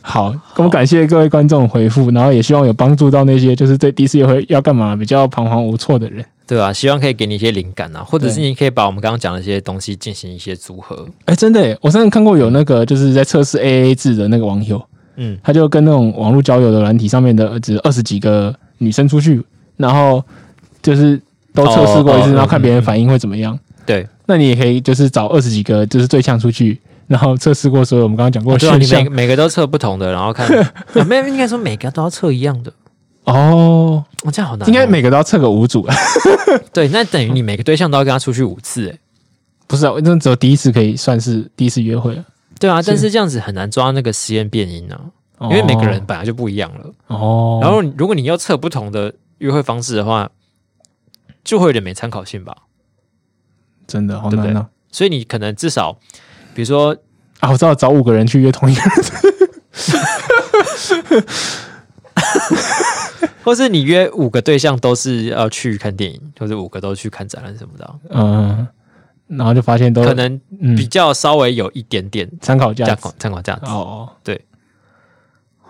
好，我们感谢各位观众回复，然后也希望有帮助到那些就是对第四约会要干嘛比较彷徨无措的人。对啊，希望可以给你一些灵感啊，或者是对你可以把我们刚刚讲的一些东西进行一些组合。哎、真的耶，我上次看过有那个就是在测试 AA 制的那个网友，嗯，他就跟那种网络交友的软体上面的只二十几个女生出去，然后就是都测试过一次，哦哦然后看别人反应会怎么样。对，那你也可以就是找二十几个就是对象出去，然后测试过所有我们刚刚讲过我的对啊，选你每项个。每个都测不同的，然后 看，啊、没有应该说每个都要测一样的。哦，哦，这样好难哦、应该每个都要测个五组，对，那等于你每个对象都要跟他出去五次，哎，不是啊，那只有第一次可以算是第一次约会了，对啊，但是这样子很难抓那个实验变音啊，因为每个人本来就不一样了。哦，然后你如果你要测不同的约会方式的话，就会有点没参考性吧。真的好对不难对啊。所以你可能至少，比如说，啊，我知道找五个人去约同一个人，或是你约五个对象都是要去看电影，或者五个都去看展览什么的啊，嗯，然后就发现都可能嗯比较稍微有一点点参考价价值款参考价值。哦，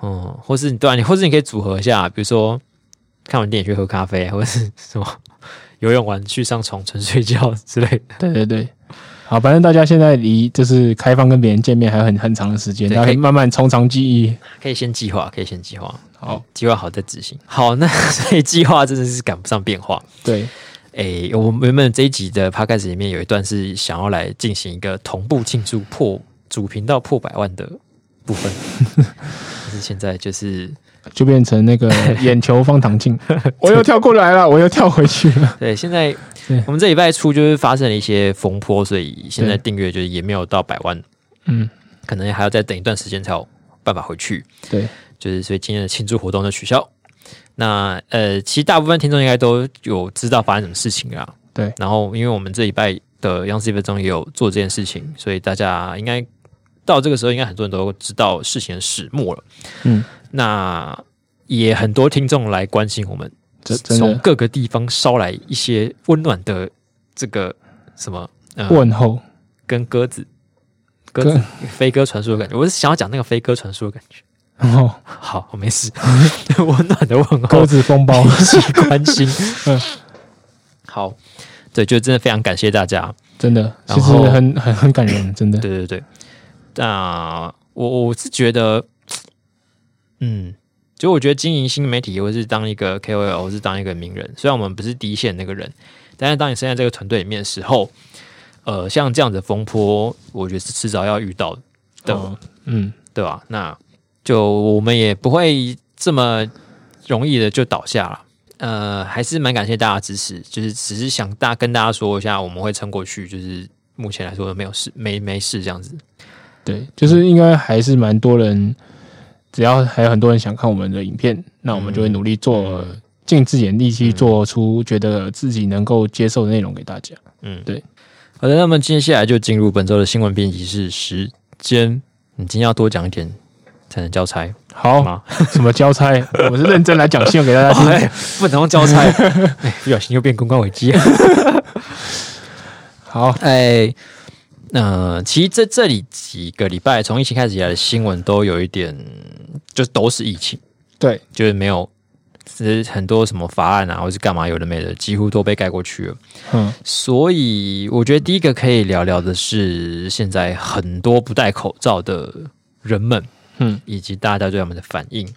嗯，或是你对啊，你或是你可以组合一下，比如说看完电影去喝咖啡，或者是什么游泳完去上床纯睡觉之类的。对对对。好，反正大家现在离就是开放跟别人见面还有很很长的时间，对大家可可以以慢慢从长计议。可以先计划，可以先计划，好，计划好再执行。好，那 所以计划真的是赶不上变化。对，诶、我们原本这一集的 podcast 里面有一段是想要来进行一个同步庆祝破主频道破百万的部 分，但是现在就是就变成 那个眼球方糖镜， 我又跳过来了，我又跳回去了。对，现在对我们这礼拜初就是发生了一些风波，所以现在订阅就是也没有到百万，嗯，可能还要再等一段时间才有办法回去。对，就是所以今天的庆祝活动就取消。那呃，其实大部分听众应该都有知道发生什么事情啊。对然后因为我们这礼拜的央视一分钟也有做这件事情，所以大家应该到这个时候，应该很多人都知道事情的始末了。嗯，那也很多听众来关心我们，真真从的各个地方捎来一些温暖的这个什么呃，问候跟鸽子。鸽子飞鸽传书的感觉，我是想要讲那个飞鸽传书的感觉。 哦，好，我没 事，温暖的问候鸽，子风 暴，关心嗯。好，对，就真的非常感谢大家。真的，其然实后很很很感人，真的。对对对，那我我是觉得，嗯，就我觉得经营新媒体，或是当一个 KOL，或是当一个名人，虽然我们不是第一线那个人，但是当你身在这个团队里面的时候，呃，像这样子的风波，我觉得是迟早要遇到的。哦嗯，对吧、那就我们也不会这么容易的就倒下了。呃，还是蛮感谢大家的支持，就是只是想大跟大家说一下，我们会撑过去。就是目前来说没有事，没没事这样子。对，就是应该还是蛮多人，只要还有很多人想看我们的影片，那我们嗯就会努力做，尽自己的力气做出觉得自己能够接受的内容给大家。嗯，对。好的，那么接下来就进入本周的新闻编辑室时间。你今天要多讲一点才能交差好，吗？ 什么交差？我们是认真来讲新闻给大家哦听。 哎，不能用交差， 哎不小心又变公关危机了。 啊好，哎，呃，其实这这里几个礼拜，从疫情开始以来的新闻都有一点，就都是疫情，对，就是没有，只是很多什么法案啊，或是干嘛有的没的，几乎都被盖过去了。嗯，所以我觉得第一个可以聊聊的是，现在很多不戴口罩的人们，嗯，以及大家对他们的反应。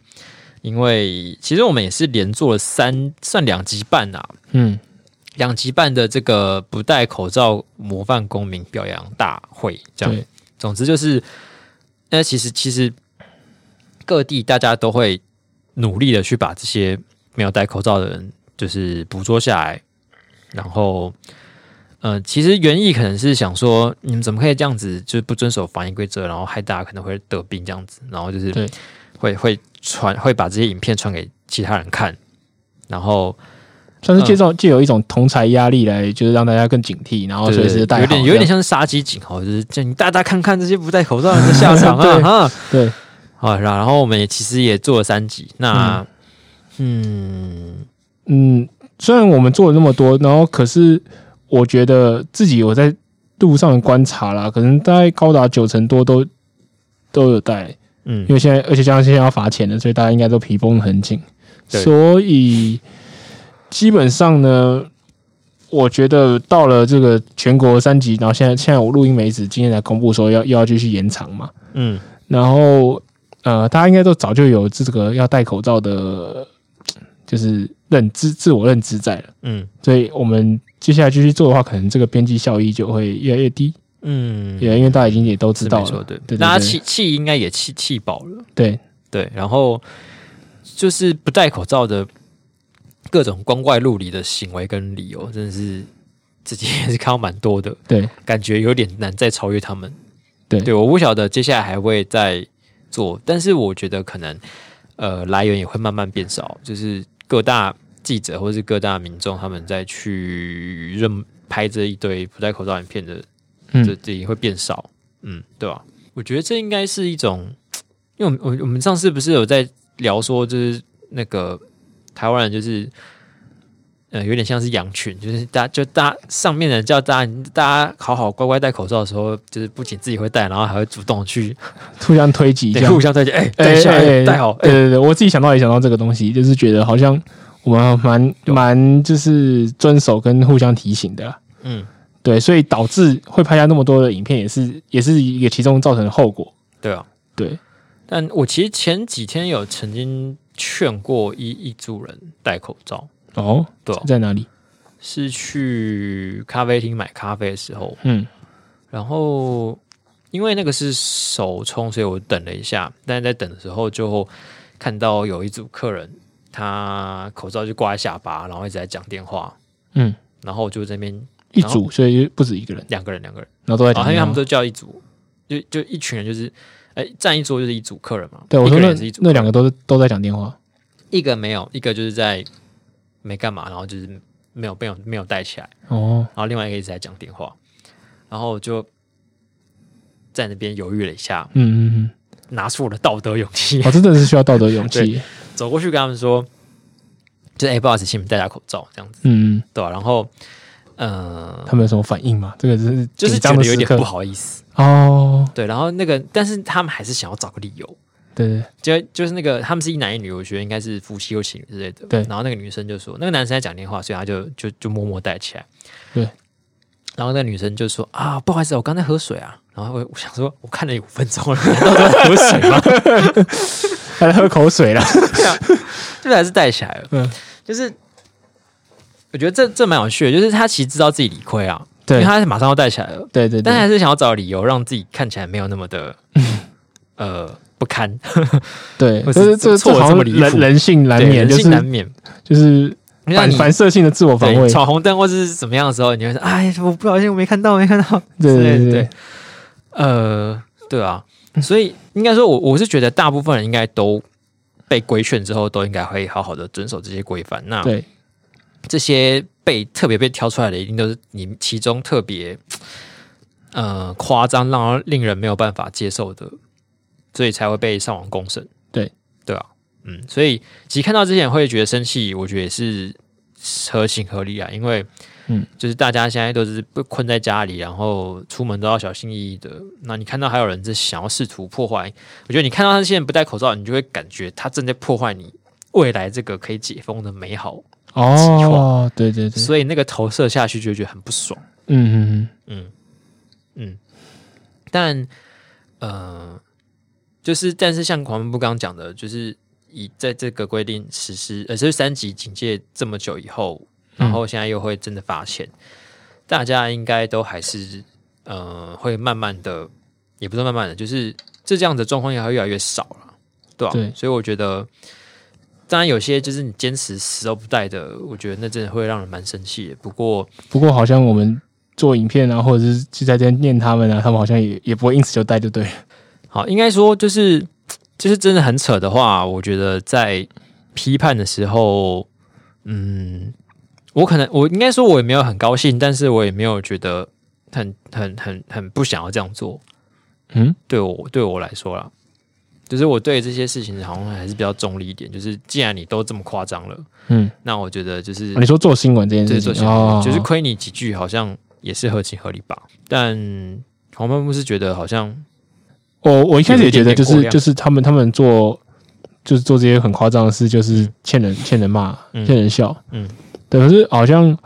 因为其实我们也是连做了三，算两集半啊，嗯，两集半的这个不戴口罩模范公民表扬大会，这样对。总之就是，那其实其实各地大家都会努力的去把这些没有戴口罩的人，就是捕捉下来。然后，呃，其实原意可能是想说，你们怎么可以这样子，就是不遵守防疫规则，然后害大家可能会得病这样子，然后就是对会会传会把这些影片传给其他人看，然后算嗯是介绍借有一种同才压力来，就是让大家更警惕，然后对随时戴好有点这样有点像是杀鸡儆猴，就是叫你大家看看这些不戴口罩的人在下场 对啊哈。对，好，然然后我们也其实也做了三集，那嗯嗯，虽然我们做了那么多，然后可是我觉得自己有在路上的观察啦，可能大概高达九成多都都有戴，嗯因为现在而且加上现在要罚钱了，所以大家应该都皮绷得很紧，对所以基本上呢。我觉得到了这个全国三级，然后现在现在我录音为止，今天才公布说要又要继续延长嘛，嗯，然后呃，大家应该都早就有这个要戴口罩的，就是认知自我认知在了。嗯所以我们接下来继续做的话，可能这个边际效益就会越来越低，嗯，也、因为大家已经也都是知道没错，了。对，对大家对气气应该也气气饱了，对对，然后就是不戴口罩的各种光怪陆离的行为跟理由，真的是自己也是看到蛮多的，对感觉有点难再超越他们。对对，我不晓得接下来还会再做，但是我觉得可能呃来源也会慢慢变少，就是各大记者或是各大民众他们在去认拍这一堆不戴口罩影片的，嗯这这也会变少，嗯，对吧、我觉得这应该是一种，因为我们我我们上次不是有在聊说，就是那个台湾人就是，呃，有点像是羊群，就是大就大上面的人叫大家大家好好乖乖戴口罩的时候，就是不仅自己会戴，然后还会主动去互相推挤一对下，互相推荐，哎、戴一下，哎、戴好，哎、对对对，我自己想到也想到这个东西，就是觉得好像我们蛮有蛮就是遵守跟互相提醒的啦，嗯，对，所以导致会拍下那么多的影片，也是也是一个其中造成的后果。对啊。对，但我其实前几天有曾经劝过一一组人戴口罩，哦，对、啊，在哪里？是去咖啡厅买咖啡的时候，嗯，然后因为那个是手冲，所以我等了一下。但是在等的时候，就看到有一组客人，他口罩就挂在下巴，然后一直在讲电话。嗯，然后我就在那边一组，所以不止一个人，两个人，两个人，然后都在然讲后因为电哦话。他们都叫一组，就就一群人，就是哎站一桌就是一组客人嘛。对我一个说人那也是一组那两个都是都在讲电话。一个没有，一个就是在没干嘛，然后就是没有没有没有带起来。哦，然后另外一个一直在讲电话，然后我就在那边犹豫了一下，嗯嗯 拿出我的道德勇气嗯，，我、真的是需要道德勇气。走过去跟他们说，就是哎、不好意思，请你们戴下口罩，这样子，嗯，嗯对吧、然后，呃，他们有什么反应吗？这个是就是觉紧张得的有时点刻不好意思，哦，对。然后那个，但是他们还是想要找个理由，对对，就就是那个他们是一男一女，我觉得应该是夫妻或情侣之类的。对然后那个女生就说，那个男生在讲电话，所以他就就就默默戴起来。对。然后那个女生就说啊，不好意思，我刚在喝水啊。然后我我想说，我看了有五分 钟了，喝水吗？还在喝口水 啦。这还是戴起来了。嗯就是我觉得这这蛮有趣的，就是他其实知道自己理亏啊，因对为他马上要戴起来了，对对嗯但对还是想要找理由让自己看起来没有那么的 呃不堪，对，或就是是这错得好这么像离谱人人性 难免，对人就性难是免。就是你像反你反射性的自我防卫对。闯红灯或者是怎么样的时候，你会说哎，我不小心我没看到，没看到对之类对的。对对嗯对，呃，对啊，所以应该说我我是觉得大部分人应该都。被规劝之后，都应该会好好的遵守这些规范。那对这些被特别被挑出来的，一定都是你其中特别呃夸张，让令人没有办法接受的，所以才会被上网公审。对对啊，嗯，所以其实看到之前会觉得生气，我觉得也是合情合理啊，因为嗯，就是大家现在都是被困在家里，然后出门都要小心翼翼的。那你看到还有人在想要试图破坏，我觉得你看到那些人不戴口罩，你就会感觉他正在破坏你未来这个可以解封的美好。哦，对对对，所以那个投射下去就会觉得很不爽。嗯嗯嗯嗯，但呃，就是但是像狂奔部刚刚讲的，就是以在这个规定实施，呃，就是三级警戒这么久以后，然后现在又会真的罚钱，大家应该都还是呃会慢慢的，也不是慢慢的，就是这这样的状况也会越来越少了，对吧、对所以我觉得。当然，有些就是你坚持死都不带的，我觉得那真的会让人蛮生气的。不过，嗯。不过好像我们做影片啊，或者是就在这边念他们啊，他们好像也也不会因此就带就对了。好，应该说就是就是真的很扯的话，我觉得在批判的时候，嗯，我可能我应该说我也没有很高兴，但是我也没有觉得很很很很不想要这样做。嗯，对我对我来说啦，就是我对这些事情好像还是比较中立一点。就是既然你都这么夸张了，嗯，那我觉得就是哦你说做新闻这件对事做情新闻，哦就是亏你几句，好像也是合情合理吧。但黄曼木是觉得好像我我一开始也觉得有一点就点过是量就是他们他们做就是做这些很夸张的事，就是欠人欠人骂、嗯欠人笑，嗯，对。可是好像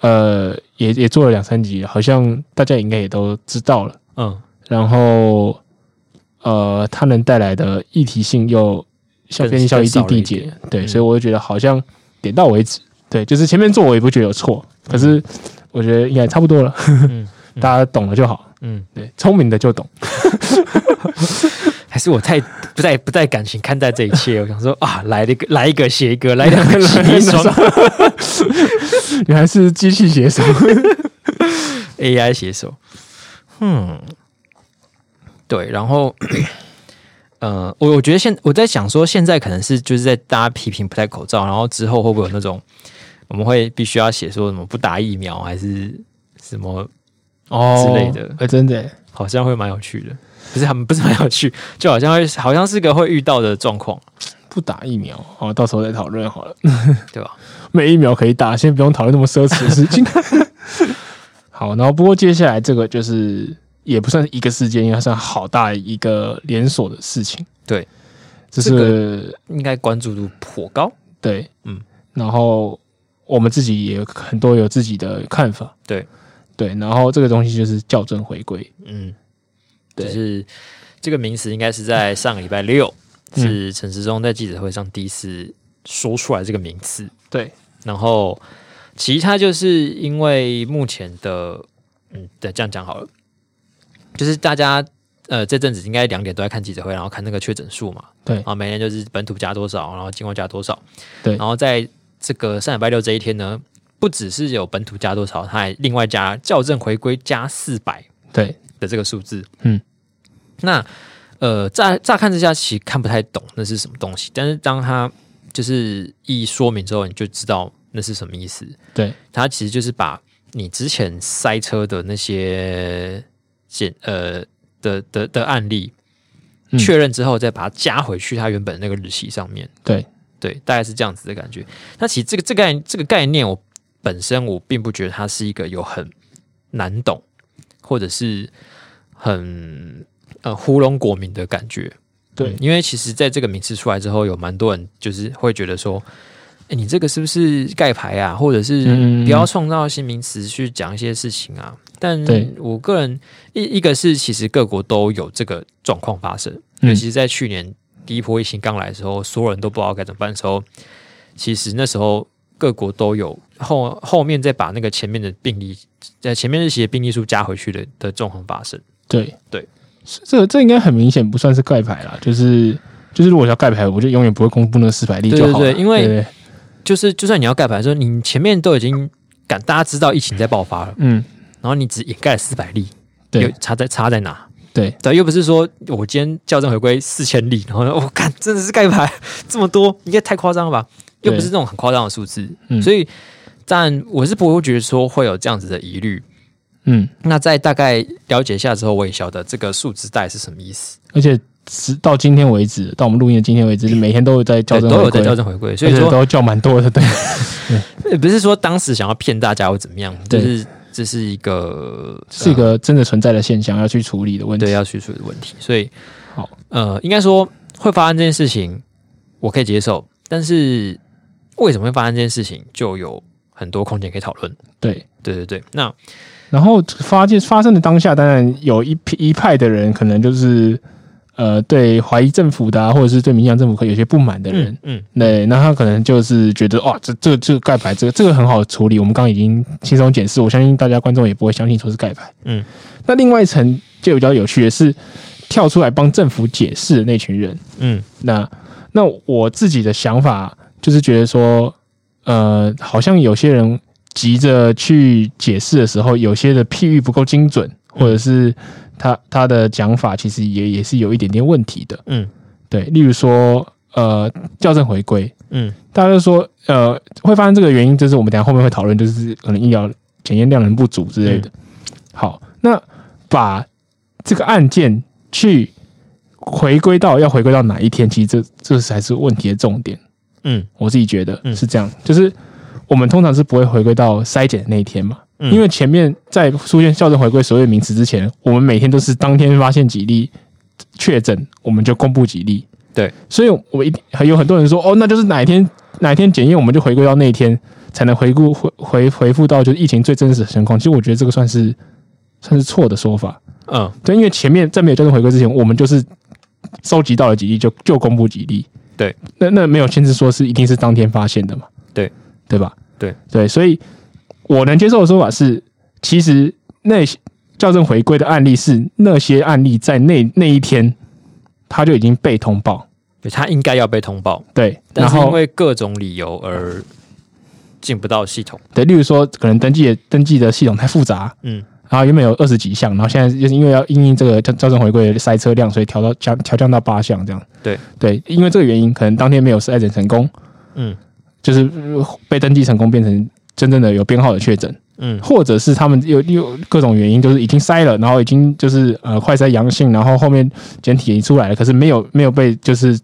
呃也也做了两三集，好像大家应该也都知道了。嗯然后呃，它能带来的议题性又效更便利效更益少递了一递减点，对，嗯所以我就觉得好像点到为止，对，就是前面做我也不觉得有错，可是我觉得应该差不多了， 嗯嗯大家懂了就好，嗯。对，聪明的就懂，还是我 太不带不带感情看待这一切， 我想说啊，来了一个来一个写一 个，来两个写一双 原来是机器写手， AI 写手，嗯，对，然后，呃，我我觉得现我在想说，现在可能是就是在大家批评不戴口罩，然后之后会不会有那种我们会必须要写说什么不打疫苗还是什么，哦之类的哎，真的耶，好像会蛮有趣的，不是他们不是蛮有趣，就好像会好像是个会遇到的状况，不打疫苗，哦，到时候再讨论好了。对吧？没疫苗可以打，先不用讨论那么奢侈的事情。 好，然后不过接下来这个就是也不算是一个事件，因为它算好大一个连锁的事情。对，这是、这应该关注度颇高。对，嗯，然后我们自己也有很多有自己的看法。对，对，然后这个东西就是校正回归。嗯，对就是这个名词应该是在上个礼拜六，嗯是陈时中在记者会上第一次说出来这个名词。对，然后其他就是因为目前的，嗯，对，这样讲好了，就是大家呃这阵子应该两点都在看记者会，然后看那个确诊数嘛，对啊，每天就是本土加多少，然后境外加多少，对然后在这个上礼拜六这一天呢，不只是有本土加多少，它还另外加校正回归加四百对，的这个数字，嗯，那呃乍乍看之下其实看不太懂那是什么东西，但是当它就是一说明之后，你就知道那是什么意思。对，它其实就是把你之前塞车的那些检呃的的的案例嗯确认之后，再把它加回去它原本那个日期上面。对，对，大概是这样子的感觉。那其实这个这个概这个概念，我本身我并不觉得它是一个有很难懂，或者是很呃糊弄国民的感觉。对嗯，因为其实在这个名词出来之后，有蛮多人就是会觉得说，哎，你这个是不是盖牌啊？或者嗯是不要创造新名词去讲一些事情啊？但对我个人一一个是，其实各国都有这个状况发生，嗯尤其是在去年第一波疫情刚来的时候，所有人都不知道该怎么办的时候，其实那时候各国都有后后面再把那个前面的病例，在前面日期的病例数加回去的的状况发生。对，对是，这这应该很明显不算是盖牌啦，就是就是如果要盖牌，我就永远不会公布那个四百例对就好了。对对因为对就是就算你要盖牌说你前面都已经赶，大家知道疫情在爆发了，嗯，然后你只掩盖了四百例，有对差在差在哪？对对，又不是说我今天校正回归四千例，然后呢，我、看真的是盖牌这么多，应该太夸张了吧？对又不是那种很夸张的数字，嗯所以但我是不会觉得说会有这样子的疑虑。嗯，那在大概了解一下之后，我也晓得这个数字带是什么意思，而且直到今天为止，到我们录音的今天为止，每天都有在对，校正都有回在归校正回归，所而以且说都叫蛮多的，对，呃不是说当时想要骗大家或怎么样，就对是这是一个是一个真的存在的现象，要去处理的问题。对啊要叙述的问题，所以嗯好，呃，应该说会发生这件事情，我可以接受，但是为什么会发生这件事情，就有很多空间可以讨论。对。对对对，那然后发现发生的当下，当然有一批一派的人，可能就是呃对怀疑政府的、啊，或者是对民进党政府可能有些不满的人，嗯嗯，对，那他可能就是觉得哇，这这这个盖牌，这个这个很好处理，我们刚刚已经轻松解释，我相信大家观众也不会相信说是盖牌。嗯，那另外一层就比较有趣的是，跳出来帮政府解释的那群人。嗯那那我自己的想法就是觉得说，呃，好像有些人急着去解释的时候，有些的譬喻不够精准，或者是他他的讲法其实也也是有一点点问题的。嗯对，例如说，呃，校正回归。嗯大家就说，呃，会发生这个原因，就是我们等一下后面会讨论，就是可能医疗检验量能不足之类的。好，那把这个案件去回归到要回归到哪一天，其实这这才是问题的重点。嗯我自己觉得嗯是这样，就是我们通常是不会回归到筛检的那一天嘛，嗯因为前面在出现校正回归所有名词之前，我们每天都是当天发现几例确诊，我们就公布几例。对，所以我们一定有很多人说，哦，那就是哪一天哪一天检验，我们就回归到那一天，才能回顾回回回复到就是疫情最真实的情况。其实我觉得这个算是算是错的说法，嗯，对，因为前面在没有校正回归之前，我们就是收集到了几例就就公布几例，对，那那没有限制说是一定是当天发现的嘛，对对吧？对对，所以我能接受的说法是，其实那些校正回归的案例是那些案例在那那一天他就已经被通报，对他应该要被通报，对，但然是因后为各种理由而进不到系统。对，例如说可能登记的登记的系统太复杂，嗯然后原本有二十几项，然后现在就是因为要因应这个校校正回归的塞车量，所以调到降调降到八项这样。对对，因为这个原因，可能当天没有筛检成功，嗯就是呃被登记成功变成真正的有编号的确诊，嗯或者是他们有有各种原因，就是已经筛了，然后已经就是呃快筛阳性，然后后面检体也出来了，可是没有没有被就是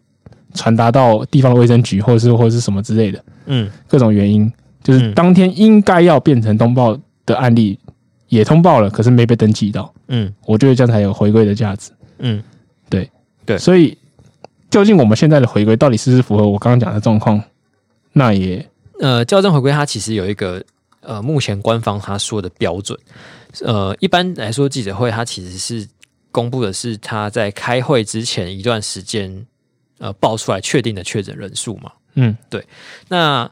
传达到地方的卫生局，或者是或者是什么之类的嗯各种原因，就是嗯当天应该要变成通报的案例也通报了，可是没被登记到，嗯我觉得这样才有回归的价值。嗯对所以，究竟我们现在的回归到底是不是符合我刚刚讲的状况？那也呃，校正回归它其实有一个呃，目前官方他说的标准，呃，一般来说记者会它其实是公布的是他在开会之前一段时间呃报出来确定的确诊人数嘛。嗯那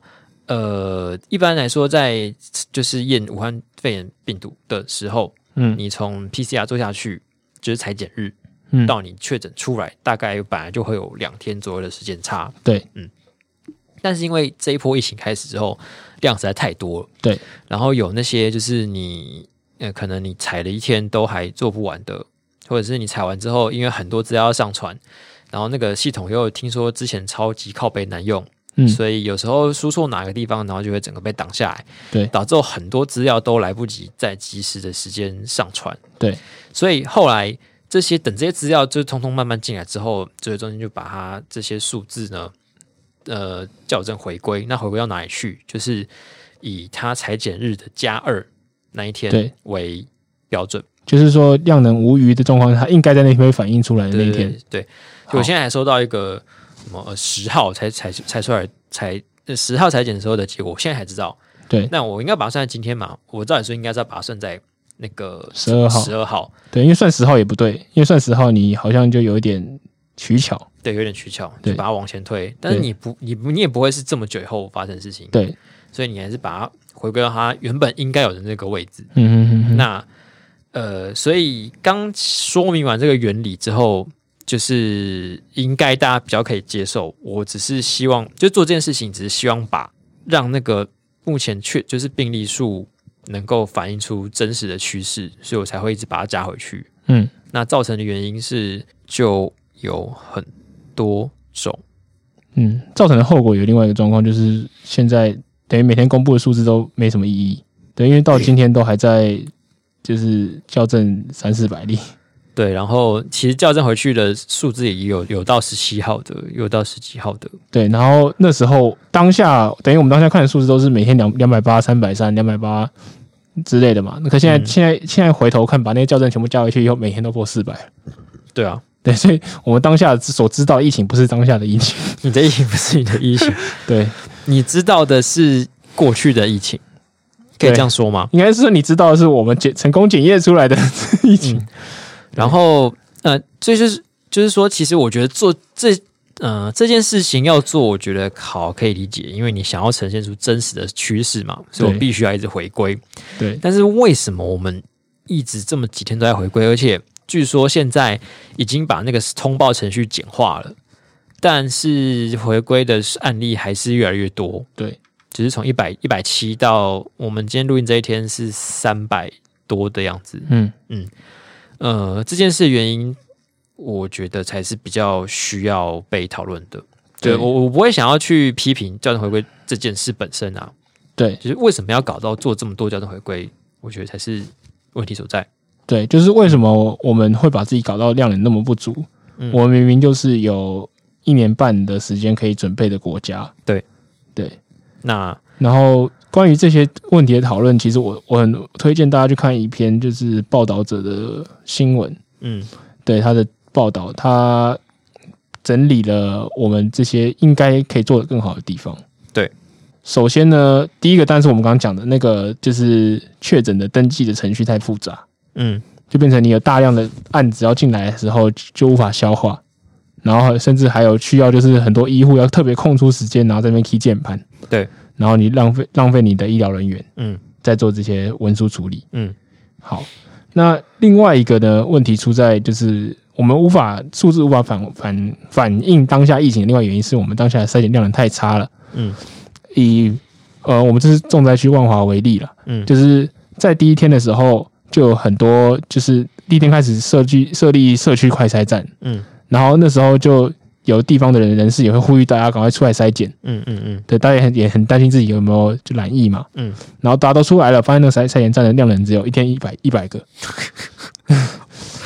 呃，一般来说在就是验武汉肺炎病毒的时候，嗯你从 PCR 做下去就是裁剪日嗯到你确诊出来，大概本来就会有两天左右的时间差。对，嗯。但是因为这一波疫情开始之后，量实在太多了，对。然后有那些就是你呃，可能你采了一天都还做不完的，或者是你采完之后，因为很多资料要上传，然后那个系统又听说之前超级靠背难用，嗯所以有时候输错哪个地方，然后就会整个被挡下来，对导致有很多资料都来不及在及时的时间上传，对，所以后来这些等这些资料就是通通慢慢进来之后，指挥中心就把它这些数字呢，呃，校正回归。那回归到哪里去？就是以它裁减日的加二那一对天为标准。就是说量能无余的状况，它应该在那天会反映出来的那对一对天对。对，好我现在还收到一个什么十、10号呃才才才出来才呃十号裁剪的时候的结果，我现在才知道。对那我应该把它算在今天嘛？我照理说应该是要把它算在那个十二号十，二号，对，因为算十号也不对，因为算十号你好像就有一点取巧。对，有点取巧，对就把它往前推。但是对你不，你不，你也不会是这么久以后发生的事情，对，所以你还是把它回归到它原本应该有的那个位置。嗯嗯嗯，那呃，所以刚说明完这个原理之后，就是应该大家比较可以接受。我只是希望，就做这件事情，只是希望把让那个目前确就是病例数能够反映出真实的趋势，所以我才会一直把它加回去。嗯那造成的原因是就有很多种，嗯，造成的后果有另外一个状况，就是现在等于每天公布的数字都没什么意义，对，因为到今天都还在就是校正三四百例。对，然后其实校正回去的数字也有有到十七号的，有到十几号的，对，然后那时候当下等于我们当下看的数字都是每天两两百八、三百三、两百八之类的嘛。那可现在、嗯现在现在回头看，把那些校正全部加回去以后，每天都破四百。对啊，对，所以我们当下所知道的疫情不是当下的疫 情。你的疫情不是你的 疫情，对，你知道的是过去的疫情，可以对这样说吗？应该是说你知道的是我们检成功检验出来的疫情。嗯然后呃，这就是就是说，其实我觉得做这呃这件事情要做，我觉得好可以理解，因为你想要呈现出真实的趋势嘛，所以我对必须要一直回归。对但是为什么我们一直这么几天都在回归？而且据说现在已经把那个通报程序简化了，但是回归的案例还是越来越多。对，只是从一百一百七到我们今天录音这一天是三百多的样子。嗯，呃，这件事的原因，我觉得才是比较需要被讨论的。对对我，我不会想要去批评校正回归这件事本身啊，对就是为什么要搞到做这么多校正回归，我觉得才是问题所在。对，就是为什么我们会把自己搞到量能那么不足？嗯我们明明就是有一年半的时间可以准备的国家。对对。那然后关于这些问题的讨论，其实我我很推荐大家去看一篇就是报道者的新闻，嗯对他的报道，他整理了我们这些应该可以做得更好的地方。对，首先呢，第一个当然是我们刚刚讲的那个，就是确诊的登记的程序太复杂，嗯就变成你有大量的案子要进来的时候就就无法消化，然后甚至还有需要就是很多医护要特别空出时间，然后在那边 key 键盘，对，然后你浪费浪费你的医疗人员嗯在做这些文书处理。嗯好，那另外一个呢，问题出在就是我们无法数字无法反反反映当下疫情的另外原因是我们当下的筛检量能太差了。嗯以呃我们这是重灾区万华为例了，嗯，就是在第一天的时候就有很多就是第一天开始设计设立社区快筛站，嗯然后那时候就有地方的人人士也会呼吁大家赶快出来筛检。嗯嗯嗯对，大家也很也很担心自己有没有就染疫嘛。嗯， 然后大家都出来了，发现那个筛筛检站的量能只有一天一百一百个，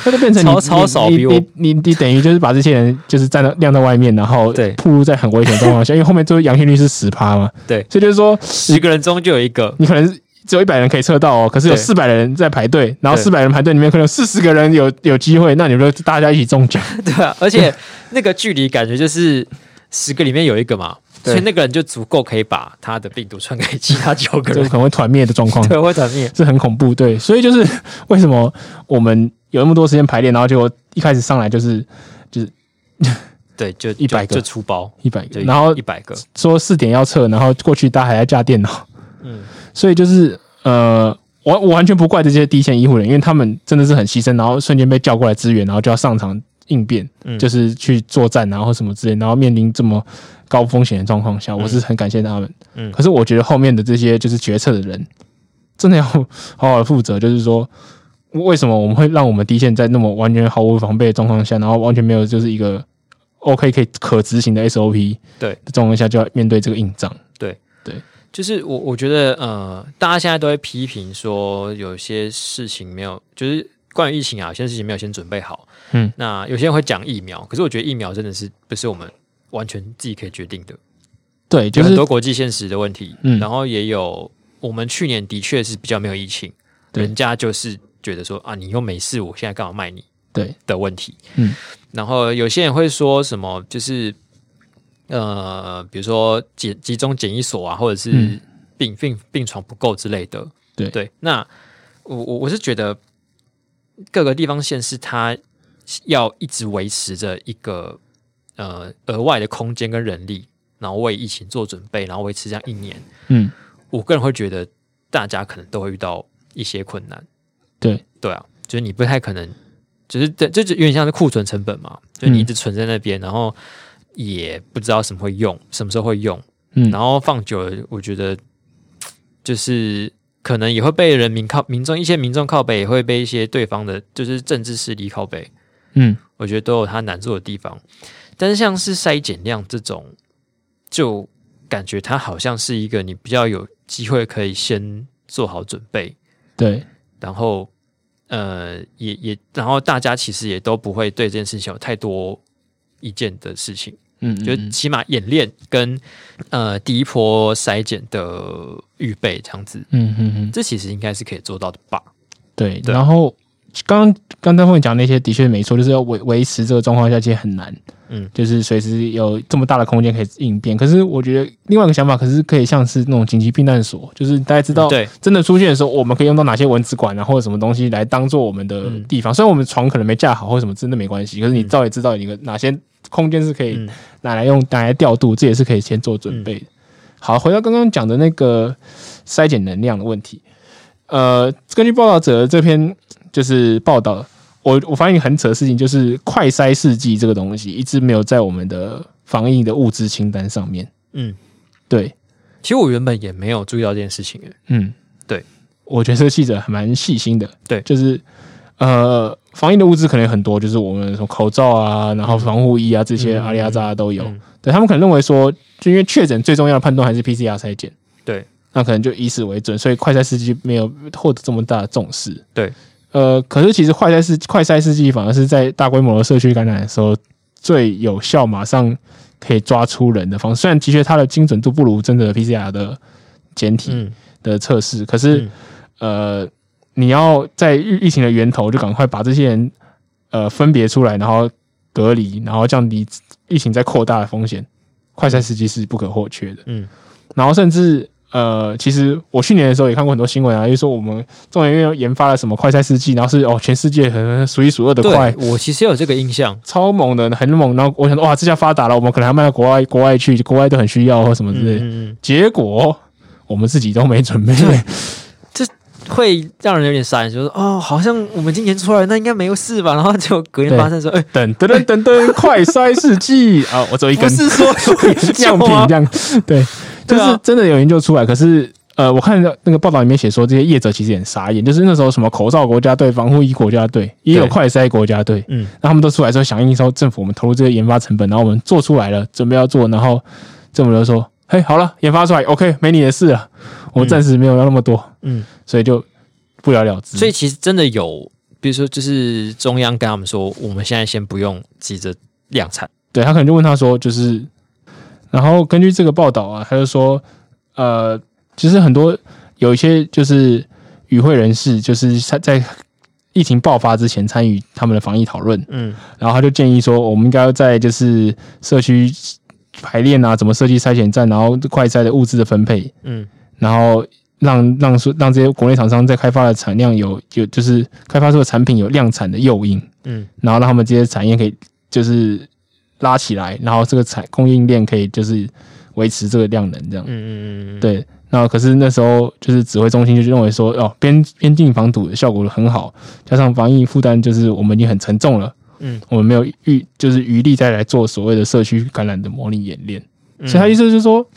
那就变成你超超少你比我你你你你等于就是把这些人就是站在晾在外面，然后对暴露在很危险的状况下，因为后面就是阳性率是十趴嘛，对所以就是说十个人中就有一个， 你可能只有一百人可以测到哦，可是有对四百人在排队，然后对四百人排队里面可能四十个人有有机会，那你们就大家一起 中奖，对啊，而且那个距离感觉就是十个里面有一个嘛，对所以那个人就足够可以把他的病毒传给其他九个就人 可，能会团灭的状况。对，会团灭。是很恐怖，对，所以就是 为什么我们有那么多时间排练，然后结果一开始上来就是对，就100个就就出包，一百就个，然后一百个，说四点要测，然后过去大家还在架电脑，嗯，所以就是呃，我我完全不怪这些第一线医护人员，因为他们真的是很牺牲，然后瞬间被叫过来支援，然后就要上场应变，嗯就是去作战，然后什么之类，然后面临这么高风险的状况下，我是很感谢他们。嗯可是我觉得后面的这些就是决策的人，真的要好好的负责，就是说。为什么我们会让我们第一线在那么完全毫无防备的状况下，然后完全没有就是一个 OK 可以可执行的 SOP 对的状况下，就要面对这个硬仗？就是我我觉得呃，大家现在都会批评说有些事情没有，就是关于疫情啊，有些事情没有先准备好。嗯，那有些人会讲疫苗，可是我觉得疫苗真的是不是我们完全自己可以决定的，对，就有很是多国际现实的问题。嗯然后也有我们去年的确是比较没有疫情，对人家就是觉得说啊，你又没事，我现在干嘛卖你？对，的问题。嗯，然后有些人会说什么，就是呃，比如说集集中检疫所啊，或者是嗯病、病病床不够之类的。对对，那我我我是觉得各个地方县市它要一直维持着一个呃额外的空间跟人力，然后为疫情做准备，然后维持这样一年。嗯。我个人会觉得大家可能都会遇到一些困难。对对啊，就是你不太可能，就是这这就有点像是库存成本嘛，就你一直存在那边，然后也不知道什么会用，什么时候会用，嗯然后放久了，我觉得就是可能也会被人民靠民众一些民众靠背，也会被一些对方的就是政治势力靠背，嗯，我觉得都有它难做的地方。但是像是筛减量这种，就感觉它好像是一个你比较有机会可以先做好准备，对然后呃，也也，然后大家其实也都不会对这件事情有太多意见的事情，嗯，就嗯起码演练跟呃第一波筛检的预备这样子，嗯嗯嗯，这其实应该是可以做到的吧？对。对然后刚刚丹凤讲那些的确没错，就是要维维持这个状况下，其实很难。嗯，就是随时有这么大的空间可以应变。可是我觉得另外一个想法，可是可以像是那种紧急避难所，就是大家知道，对真的出现的时候，我们可以用到哪些文字馆啊，或者什么东西来当做我们的嗯地方。虽然我们床可能没架好或者什么，真的没关系。可是你嗯照也知道你的哪些空间是可以嗯拿来用、拿来调度，这也是可以先做准备的。好，回到刚刚讲的那个筛减能量的问题，呃，根据报道者这篇就是报道，我我发现一个很扯的事情，就是快筛试剂这个东西一直没有在我们的防疫的物资清单上面。嗯，对，其实我原本也没有注意到这件事情，诶嗯，对，我觉得这个记者还蛮细心的，对就是呃，防疫的物资可能有很多，就是我们什么口罩啊，然后防护衣啊这些嗯阿里阿扎都有，嗯对他们可能认为说，就因为确诊最重要的判断还是 PCR 筛检，对，那可能就以此为准，所以快筛试剂没有获得这么大的重视，对，呃，可是其实快筛试快筛试剂反而是在大规模的社区感染的时候最有效，马上可以抓出人的方式，虽然的确它的精准度不如真的 PCR 的简体，嗯，的测试，可是、呃，你要在疫疫情的源头就赶快把这些人呃分别出来，然后隔离，然后降低疫情再扩大的风险。快筛时机是不可或缺的。嗯，然后甚至呃，其实我去年的时候也看过很多新闻啊，就是说我们中研院研发了什么快筛试剂，然后是哦全世界很数一数二的快对，，我其实有这个印象，超猛的，很猛。然后我想说哇，这下发达了，我们可能还卖到国外，国外去，国外都很需要或什么之类的。嗯嗯，结果我们自己都没准备。嗯会让人有点傻眼，就是哦，好像我们已经研出来了，那应该没有事吧？然后就隔天对发生说，哎，等等等等等， 快筛试剂啊！我只有一不根 是说有研究样品吗这？样，对，就对啊是真的有研究出来。可是呃，我看到那个报道里面写说，这些业者其实也很傻眼，就是那时候什么口罩国家队、防护衣国家队，也有对快筛国家队，嗯，然后他们都出来说响应说政府我们投入这些研发成本，然后我们做出来了，准备要做，然后政府就说，嘿，好了，研发出来，OK，没你的事啊了，我们嗯暂时没有要那么多，嗯，所以就不了了之。所以其实真的有比如说就是中央跟他们说，我们现在先不用急着量产，对他可能就问他说，就是，然后根据这个报道啊，他就说，呃，其实很多有一些就是与会人士，就是在在疫情爆发之前参与他们的防疫讨论，嗯，然后他就建议说，我们应该要在就是社区排练啊，怎么设计筛选站，然后快筛的物资的分配，嗯，然后让让说让这些国内厂商在开发的产量有有就是开发出的产品有量产的诱因，嗯，然后让他们这些产业可以就是拉起来，然后这个产供应链可以就是维持这个量能这样嗯，嗯嗯嗯，嗯，对。那可是那时候就是指挥中心就认为说，哦，边边境防堵的效果很好，加上防疫负担就是我们已经很沉重了，嗯，我们没有余就是余力再来做所谓的社区感染的模拟演练。嗯所以他意思就是说，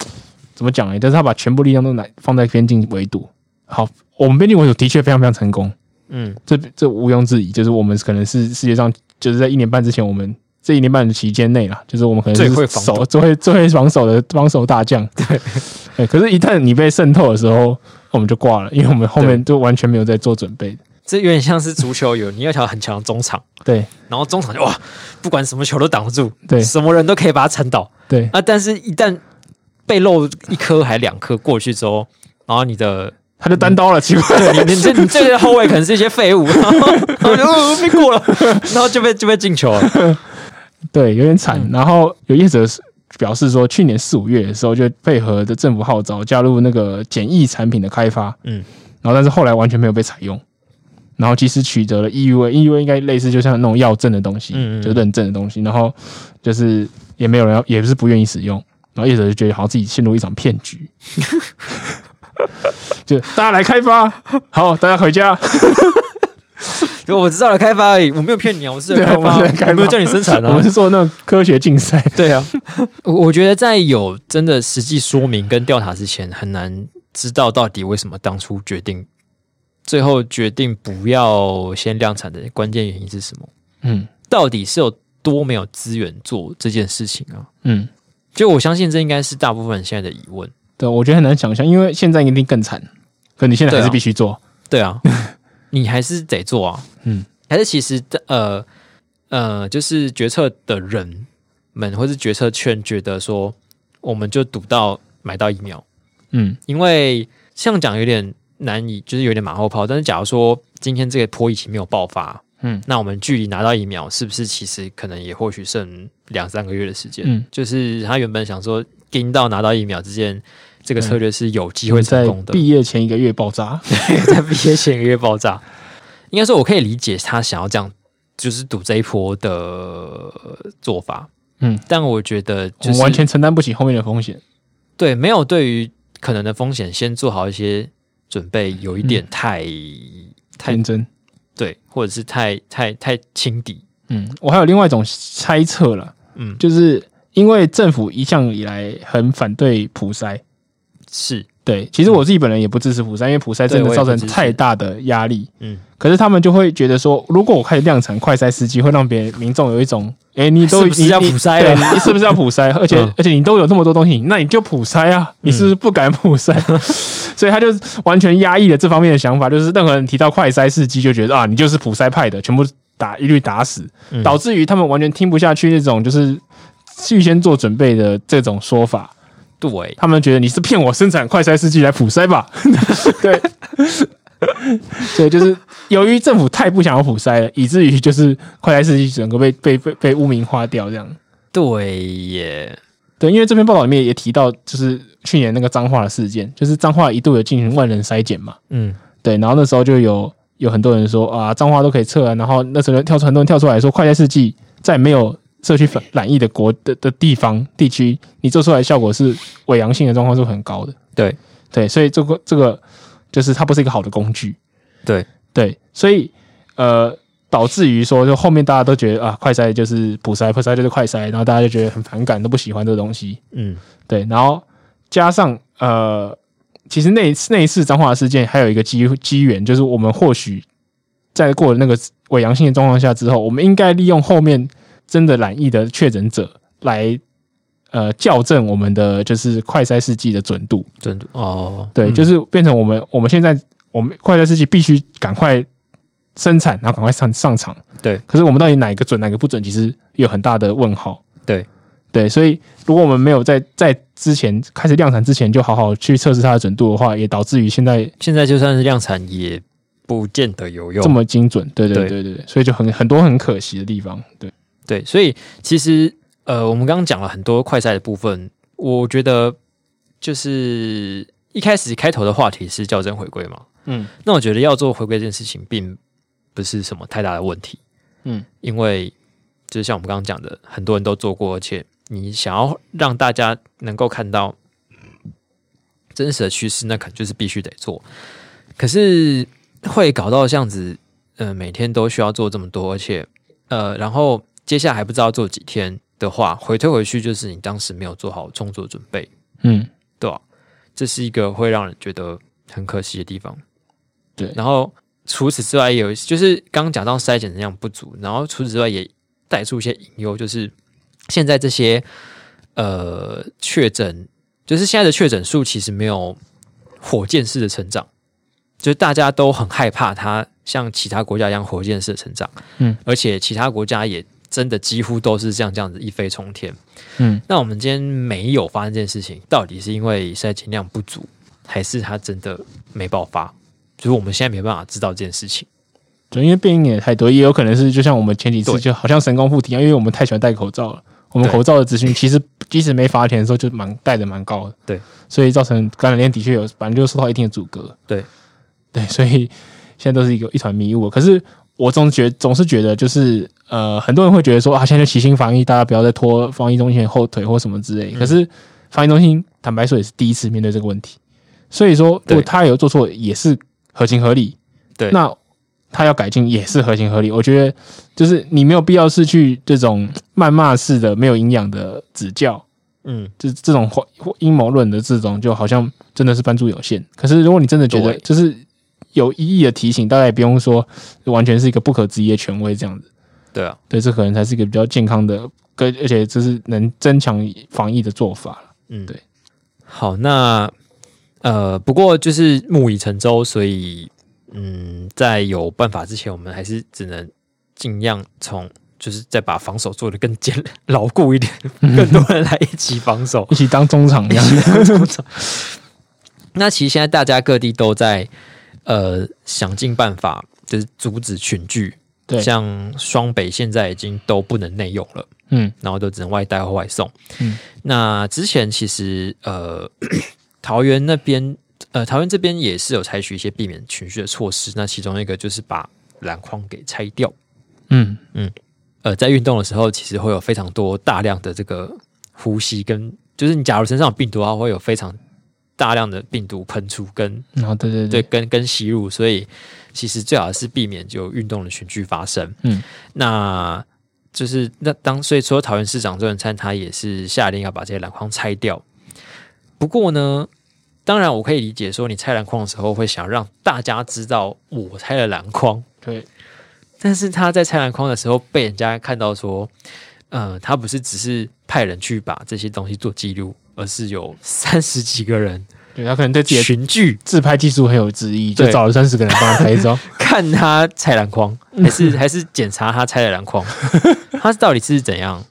怎么讲呢？但是他把全部力量都拿放在边境围堵。好，我们边境围堵的确非常非常成功，嗯这这毋庸置疑。就是我们可能是世界上就是在一年半之前，我们这一年半的期间内啦，就是我们可能是最会防守最会最会防守的防守大将。对，可是，一旦你被渗透的时候，我们就挂了，因为我们后面就完全没有在做准备。这有点像是足球有你有一条很强的中场，对然后中场就哇，不管什么球都挡得住，对什么人都可以把他铲倒对啊，但是一旦被漏一颗还两颗过去之后，然后你的他就单刀了，奇怪。对你你这你这个后卫可能是一些废物，然后然后就、呃、被过了，然后就被就被进球了。对，有点惨。嗯然后有业者表示说，去年四五月的时候就配合的政府号召加入那个简易产品的开发，嗯，然后但是后来完全没有被采用。然后即使取得了 EUA，EUA 应该类似就像那种药证的东西，嗯嗯嗯就认证的东西，然后就是也没有人要，也不是不愿意使用。然后业者就觉得好像自己陷入一场骗 局，就大家来开发，好，大家回家，就我知道了开发而已，我没有骗你啊，我是在对啊开发啊，我们是在开发我没有叫你生产我啊们。是做那种科学竞赛， 对啊，我我觉得在有真的实际说明跟调查之前，很难知道到底为什么当初决定，最后决定不要先量产的关键原因是什么？嗯到底是有多没有资源做这件事情啊？嗯，就我相信这应该是大部分人现在的疑问。对，我觉得很难想象，因为现在一定更惨，可你现在还对是啊必须做。对啊，你还是得做啊。嗯，还是其实呃呃，就是决策的人们或是决策圈觉得说，我们就赌到买到疫苗，嗯因为像讲有点难以，就是有点马后炮。但是假如说今天这个坡疫情没有爆发，嗯那我们距离拿到疫苗是不是其实可能也或许剩两三个月的时间？嗯，就是他原本想说盯到拿到疫苗之间，这个策略是有机会成在功的。毕业前一个月爆炸。 在毕业前一个月爆炸。应该说，我可以理解他想要这样，就是赌这一波的呃做法。嗯，但我觉得我就们是完全承担不起后面的风险。对，没有对于可能的风险先做好一些准备，有一嗯点太、太天真。对，或者是太太太轻敌。嗯，我还有另外一种猜测了，嗯，就是因为政府一向以来很反对普筛。是，对，其实我自己本人也不支持普筛，因为普筛真嗯对我的也造不成支持太大的压力。嗯，可是他们就会觉得说，如果我开始量产快筛司机，会让别人民众有一种，哎、你都是不是你要你普筛对了你是不是要 普筛？而且、嗯而且你都有这么多东西，那你就普筛啊！你是不是不敢 普筛？所以他就完全压抑了这方面的想法，就是任何人提到快筛司机，就觉得啊，你就是普筛派的，全部打一律打死，嗯导致于他们完全听不下去那种就是预先做准备的这种说法。对，他们觉得你是骗我生产快筛试剂来普筛吧？ 对，对，就是由于政府太不想要普筛了，以至于就是快筛试剂整个被被被被污名化掉这样。对耶，对，因为这篇报道里面也提到，就是去年那个彰化的事件，就是彰化一度有进行万人筛检嘛，嗯，对，然后那时候就有有很多人说啊，彰化都可以测啊，然后那时候跳出很多人跳出来说，快筛试剂在没有社区染疫的国的的地方地区，你做出来的效果是伪阳性的状况是很高的。对，对，所以这个这个就是它不是一个好的工具。对对，所以呃，导致于说，就后面大家都觉得啊，快筛就是普筛，普筛就是快筛，然后大家就觉得很反感，都不喜欢这个东西。嗯，对，然后加上呃，其实那一次那一次脏话事件还有一个机机缘，就是我们或许在过了那个伪阳性的状况下之后，我们应该利用后面真的染疫的确诊者来呃校正我们的就是快筛试剂的准度。真的哦，对，就是是变成我们我们现在我们快乐世纪必须赶快生产，然后赶快上上场。对，可是我们到底哪一个准，哪个不准，其实有很大的问号。对，对，所以如果我们没有在在之前开始量产之前就好好去测试它的准度的话，也导致于现在现在就算是量产，也不见得有用。这么精准。对对对对对对，所以就很很多很可惜的地方。对，对，所以其实呃，我们刚刚讲了很多快赛的部分，我觉得就是一开始开头的话题是校正回归嘛，嗯那我觉得要做回归这件事情，并不是什么太大的问题，嗯，因为就是像我们刚刚讲的，很多人都做过，而且你想要让大家能够看到真实的趋势，那可能就是必须得做。可是会搞到这样子，呃，每天都需要做这么多，而且呃，然后接下来还不知道做几天的话，回推回去就是你当时没有做好充足的准备，嗯，对吧、这是一个会让人觉得很可惜的地方。对然后除此之外，也有一就是刚刚讲到筛检能量不足，然后除此之外也带出一些隐忧，就是现在这些呃确诊，就是现在的确诊数其实没有火箭式的成长，就是大家都很害怕它像其他国家一样火箭式的成长，嗯，而且其他国家也真的几乎都是这样这样子一飞冲天，嗯，那我们今天没有发生这件事情，到底是因为筛检量不足，还是它真的没爆发？就是我们现在没办法知道这件事情。对，因为变音也太多，也有可能是就像我们前几次对就好像神功附体一样，因为我们太喜欢戴口罩了。我们对口罩的资讯其实即使没罚钱的时候就蛮戴的蛮高的，对，所以造成感染链的确有反正就受到一定的阻隔，对对，所以现在都是一个一团迷雾。可是我总觉总是觉得就是呃，很多人会觉得说啊，现在就齐心防疫，大家不要再拖防疫中心的后腿或什么之类。嗯可是防疫中心坦白说也是第一次面对这个问题，所以说如对果他有做错也是合情合理。对那他要改进也是合情合理。我觉得就是你没有必要是去这种谩骂式的、没有营养的指教，嗯，这这种或或阴谋论的这种，就好像真的是帮助有限。可是如果你真的觉得对就是有意义的提醒，大概也不用说完全是一个不可质疑的权威这样子。对啊，对，这可能才是一个比较健康的，跟而且这是能增强防疫的做法了。嗯，对。好，那呃，不过就是木已成舟，所以嗯，在有办法之前，我们还是只能尽量从就是再把防守做得更坚牢固一点， 更多人来一起防守一。起当中场一样。 那其实现在大家各地都在呃想尽办法，就是阻止群聚。对，像双北现在已经都不能内用了，嗯然后都只能外带或外送。嗯，那之前其实呃， 桃园那边呃，桃园这边也是有采取一些避免群聚的措施。那其中一个就是把篮筐给拆掉。嗯，呃，在运动的时候，其实会有非常多大量的这个呼吸跟，就是你假如身上有病毒的话，会有非常大量的病毒喷出跟然嗯后对对对，对，跟跟吸入，所以其实最好是避免就运动的群聚发生。嗯，那就是那当所以除了桃园市长郑文灿，他也是下令要把这些篮筐拆掉。不过呢，当然我可以理解说，你拆篮筐的时候会想让大家知道我拆了篮筐，对但是他在拆篮筐的时候被人家看到说，呃，他不是只是派人去把这些东西做记录，而是有三十几个人对，他可能对自己的群聚自拍技术很有质疑，就对找了三十个人帮他 拍照。看他拆篮筐，嗯还是还是检查他拆的篮 筐，他到底是怎样？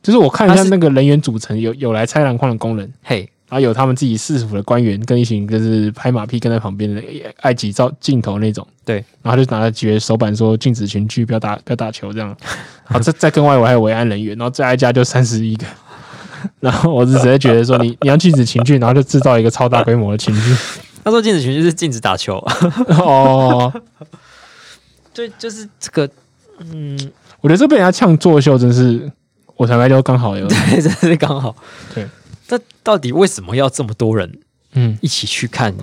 就是我看了一下他是那个人员组成，有有来拆篮筐的工人，嘿，然后有他们自己市府的官员跟一群就是拍马屁跟在旁边的也爱挤照镜头那种。对，然后就拿着几个手板说禁止群聚，不要打不要打球这样。然后再再跟外围还有维安人员，然后再挨家就三十一个。 然后我是直接觉得说你你要禁止群聚，然后就制造一个超大规模的群聚。 他说禁止群就是禁止打球，哦，对，就是这个，嗯，我觉得这被人家呛作秀，真是我才白就刚好有对，真是刚好。对，那到底为什么要这么多人嗯一起去看你？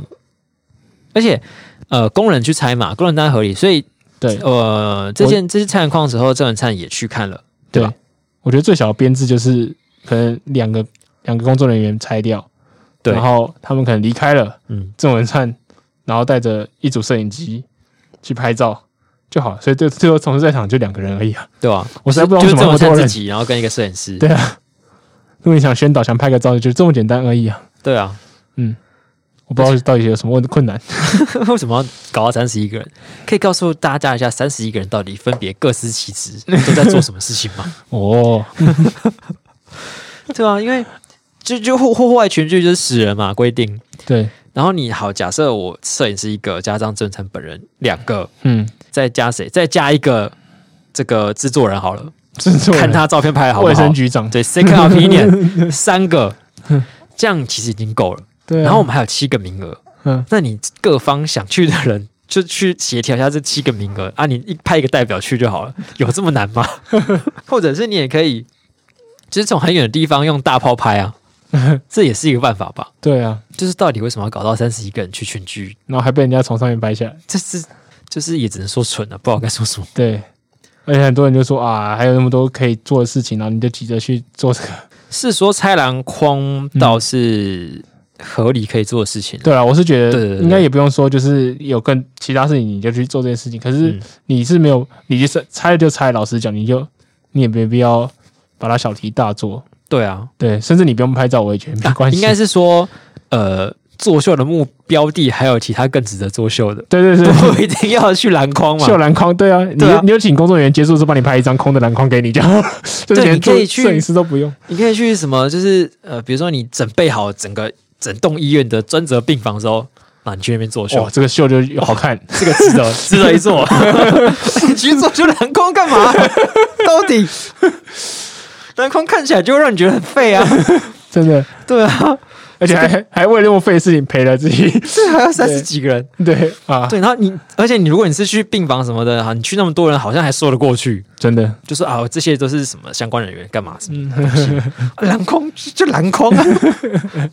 而且，呃，工人去拆嘛，工人当然合理，所以，对呃，这件这次拆篮筐的时候，郑文灿也去看了，对对吧？，我觉得最小的编制就是可能两个两个工作人员拆掉，对然后他们可能离开了。嗯，郑文灿，然后带着一组摄影机去拍照就好了。所以最最后从事在场就两个人而已啊。对吧？我实在不知道为就什是郑么那么文多灿人自。己，然后跟一个摄影师，对啊，如果你想宣导、想拍个照，就这么简单而已啊。对啊，嗯，我不知道到底有什么问困难。 为什么要搞到三十一个人？可以告诉大家一下，三十一个人到底分别各司其 职，都在做什么事情吗？哦， 对啊，因为就就户户外群聚就是死人嘛规定。对，然后你好，假设我摄影师一个，加上郑成本人两个，嗯，再加谁？再加一个这个制作人好了，制作人看他照片拍的好不卫好生？局长，对，second opinion 三个， 这样其实已经够了。对啊，然后我们还有七个名额，嗯，那你各方想去的人 就去协调一下这七个名额啊，你一派一个代表去就 好了，有这么难吗？或者是你也可以，就是从很远的地方用大炮拍 啊，这也是一个办法吧？对啊，就是到底为什么要搞到三十一个人去群聚？然后还被人家从上面掰下来，这是就是也只能说蠢啊了、不知道该说什么。对。而且很多人就说啊，还有那么多可以做的事情，然后你就急着去做这个。是说拆篮筐倒是合理可以做的事情，对啊，我是对对觉对得对应该也不用说，就是有更其他事情你就去做这件事情。可是嗯你是没有，你就是拆了就拆，老实讲，你就你也没必要把它小题大做。对啊，对，甚至你不用拍照，我也觉得没关系。应该是说呃。作秀的目标地还有其他更值得作秀的， 对对对， 不一定 要去篮筐嘛。秀篮筐，对啊，你对啊你有请工作人员结束之后帮你拍一张空的篮筐给你，这样就是对连你可以做去摄影师都不用。你可以去什么，就是呃，比如说你准备好整个整栋医院的专责病房之后，啊，你去那边作秀哇，，这个秀就好看，这个值得 值得一做。你去作秀篮筐干嘛？到底篮筐看起来就会让你觉得很废 啊，真的，对啊，而且还还为了那么废的事情赔了自己。 这还要三十几个人，对啊，对，然后你，而且你如果你是去病房什么的，啊，你去那么多人，好像还说得过去，真的，就是啊，这些都是什么相关人员干嘛什么的嗯，篮筐就就篮筐啊。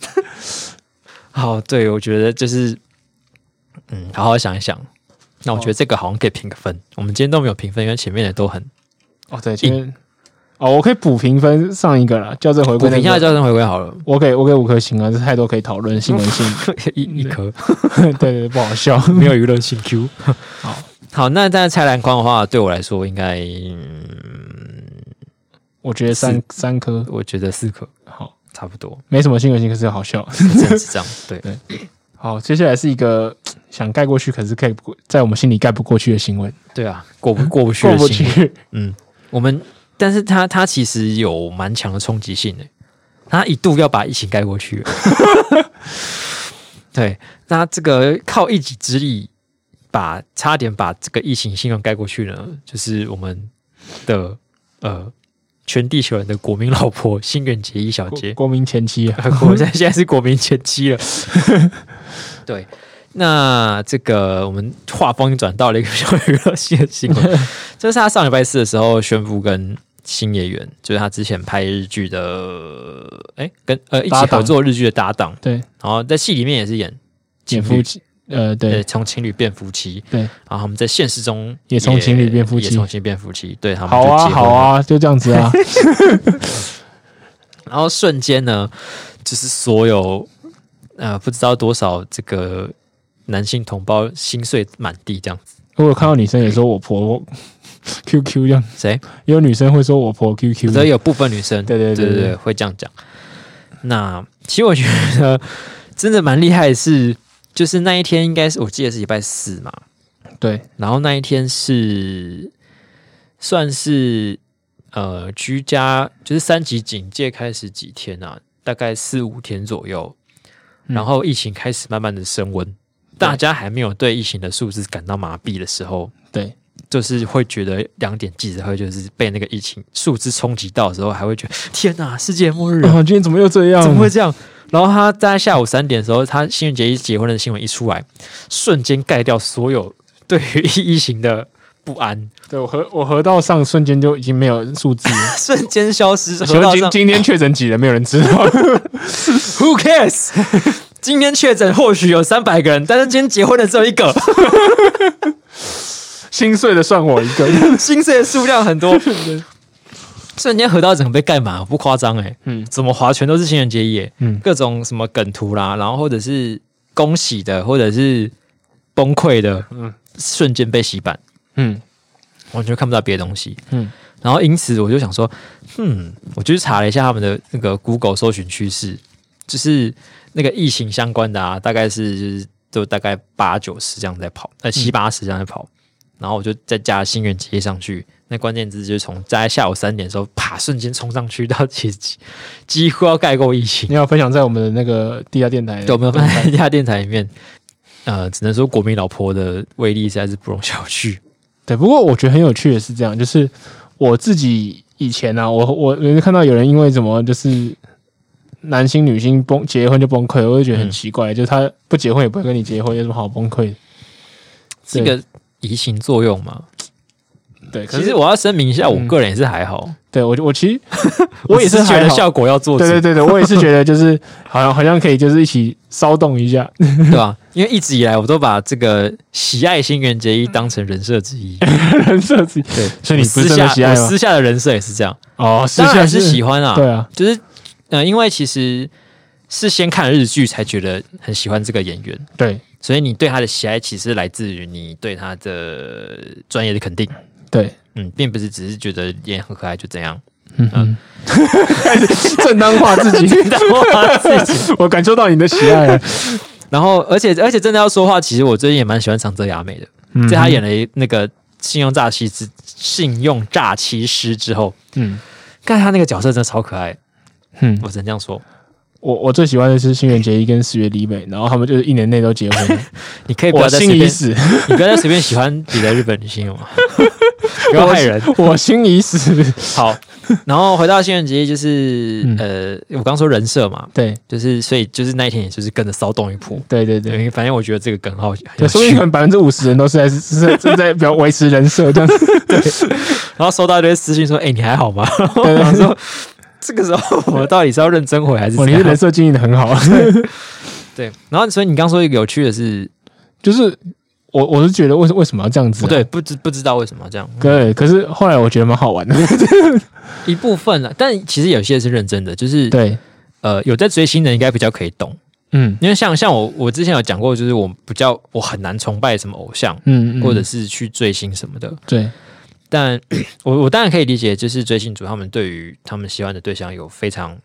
好，对我觉得就是，嗯，好好想一想。那我觉得这个好像可以评个分。我们今天都没有评分，因为前面的都很哦对，前面哦，我可以补评分上一个啦，校正回补归评一那下个。交通回归好了， 我给我给五颗星啊，这太多可以讨论新闻性，一一颗对对对，不好笑。嗯没有娱乐性 Q。好 好，那在拆篮筐的话，对我来说应该，嗯我觉得三三颗我觉得四颗好，差不 多，没什么新闻性，可是好笑。真的是这样。对，好，接下来是一个想盖过去，可是盖不过，在我们心里盖不过去的新闻，对啊，过不过不去过的不心去。嗯，我们，但是它它其实有蛮强的冲击性的，它一度要把疫情盖过去了。 对，那这个靠一己之力把差点把这个疫情新闻盖过去呢，就是我们的呃全地球人的国民老婆新垣结衣小国姐，国民前妻啊， 我现在现在是国民前妻 了。对，那这个我们话锋转到了一个比较娱乐性的新闻， 就是他上礼拜四的时候宣布跟新演员，就是他之前拍日剧的，哎、跟呃一起搭档合作日剧的搭档，对，然后在戏里面也是演姐情夫侣，妻，呃，对，对从情侣变夫妻，对，然后他们在现实中也从情侣变夫妻也从情侣变夫妻，对他们好就啊，结婚好了啊，就这样子啊，然后瞬间呢，就是所有呃不知道多少这个男性同胞心碎满地这样子。我有看到女生也说我婆 QQ 这样，谁？也有女生会说我婆 QQ，所以有部分女生嗯对对对对对对，会这样讲。那其实我觉得真的蛮厉害的是，就是那一天应该是我记得是礼拜四嘛，对然后那一天是算是呃居家，就是三级警戒开始几天啊，大概四五天左右，嗯然后疫情开始慢慢的升温，大家还没有对疫情的数字感到麻痹的时候，对就是会觉得两点记者会就是被那个疫情数字冲击到的时候，还会觉得天哪，世界末日、对，啊，啊，今天怎么又这样？怎么会这样？然后他在下午三点的时候，他新垣结衣结婚的新闻一出来，瞬间盖掉所有对于疫情的不安，对我核我核到上瞬间就已经没有 数字了。瞬间消失。请河问道今上今天确诊几人？没有人知道。 ，Who cares？今 天确诊或许有三百个人，但是今天结婚的只有一 个，心碎的算我一个。 心碎的数量很多。瞬间河道整个被盖满了，不夸张哎、嗯怎么划全都是新垣结衣、欸，嗯各种什么梗图啦，然后或者是恭喜的，或者是崩溃的，嗯瞬间被洗版，嗯完全看不到别的东西。嗯，然后因此我就想说，嗯，我就去查了一下他们的那个 Google 搜寻趋势，就是那个疫情相关的啊，大概是就是都大概八九十这样在跑，呃七八十这样在跑，然后我就再加心愿接上去，那关键字就是从在下午三点的时候，啪瞬间冲上去到几几几乎要盖过疫 情， 你要分享在我们的那个地下电台，对，我们放在地下电台里面，呃，只能说国民老婆的威力实在是不容小觑。 对，不过我觉得很有趣的是这样，就是我自己以前啊，我我我就看到有人因为什么就是男星女星崩结婚就崩溃，我就觉得很嗯奇怪，就是他不结婚也不会跟你结婚，有什么好崩溃的？是一个移情作用嘛？对，可其是实我要声明一下，我嗯个人也是还好，对我就 我其实我也只是觉还得好效果要做足对对对 对，我也是觉得就是好像好像可以就是一起骚动一下， 对吧、因为一直以来我都把这个喜爱新垣结衣当成人设之一，人设自己 对，所以 你我不私是真的下喜爱我吗私下的人设也是这样，哦，私当下然是喜欢啊，对啊，就是呃，因为其实是先看了日剧才觉得很喜欢这个演员，对所以你对他的喜爱其实来自于你对他的专业的肯定，对，嗯，并不是只是觉得演很可爱就这 样。嗯嗯，正当化自己， 我感受到你的喜爱啊了，然后，而且而且真的要说话，其实我最近也蛮喜欢长泽雅美的，嗯在她演了一那个信用诈欺之信用诈欺师之后，嗯看她那个角色真的超可爱，嗯，我只能这样说。我我最喜欢的是新垣结衣跟石原里美，然后他们就是一年内都结 婚了，你可以不我要再心随已便， 死，你不要再随便喜欢别的日本女星 了嘛，不要害人。我心已死。好，然后回到新垣结衣，就是、嗯呃，我刚说人设嘛，对就是所以就是那一天也就是跟着骚动一波，对对对，对，因为反正我觉得这个梗好很有 对，所以趣可，能百分之五十人都是在 是是是在表维持人设这 样子。然后收到一堆私信说：“哎、你还好吗？”对我想说，这个时候我到底是要认真回还是哦，怎你是人样？设经营的很 好，对，然后所以你刚说一个有趣的是，就是我我是觉得为什为什么要这样子、不啊对，，啊不知不知道为什么这样，对，可是后来我觉得蛮 好玩的。一部分啊，但其实有些是认真的，就是对，呃，有在追星的应该比较可以懂，嗯因为像像我我之前有讲过，就是我比较我很难崇拜什么偶像，嗯，嗯或者是去追星什么的，对，但 我我当然可以理解，就是追星族他们对于他们喜欢的对象有非常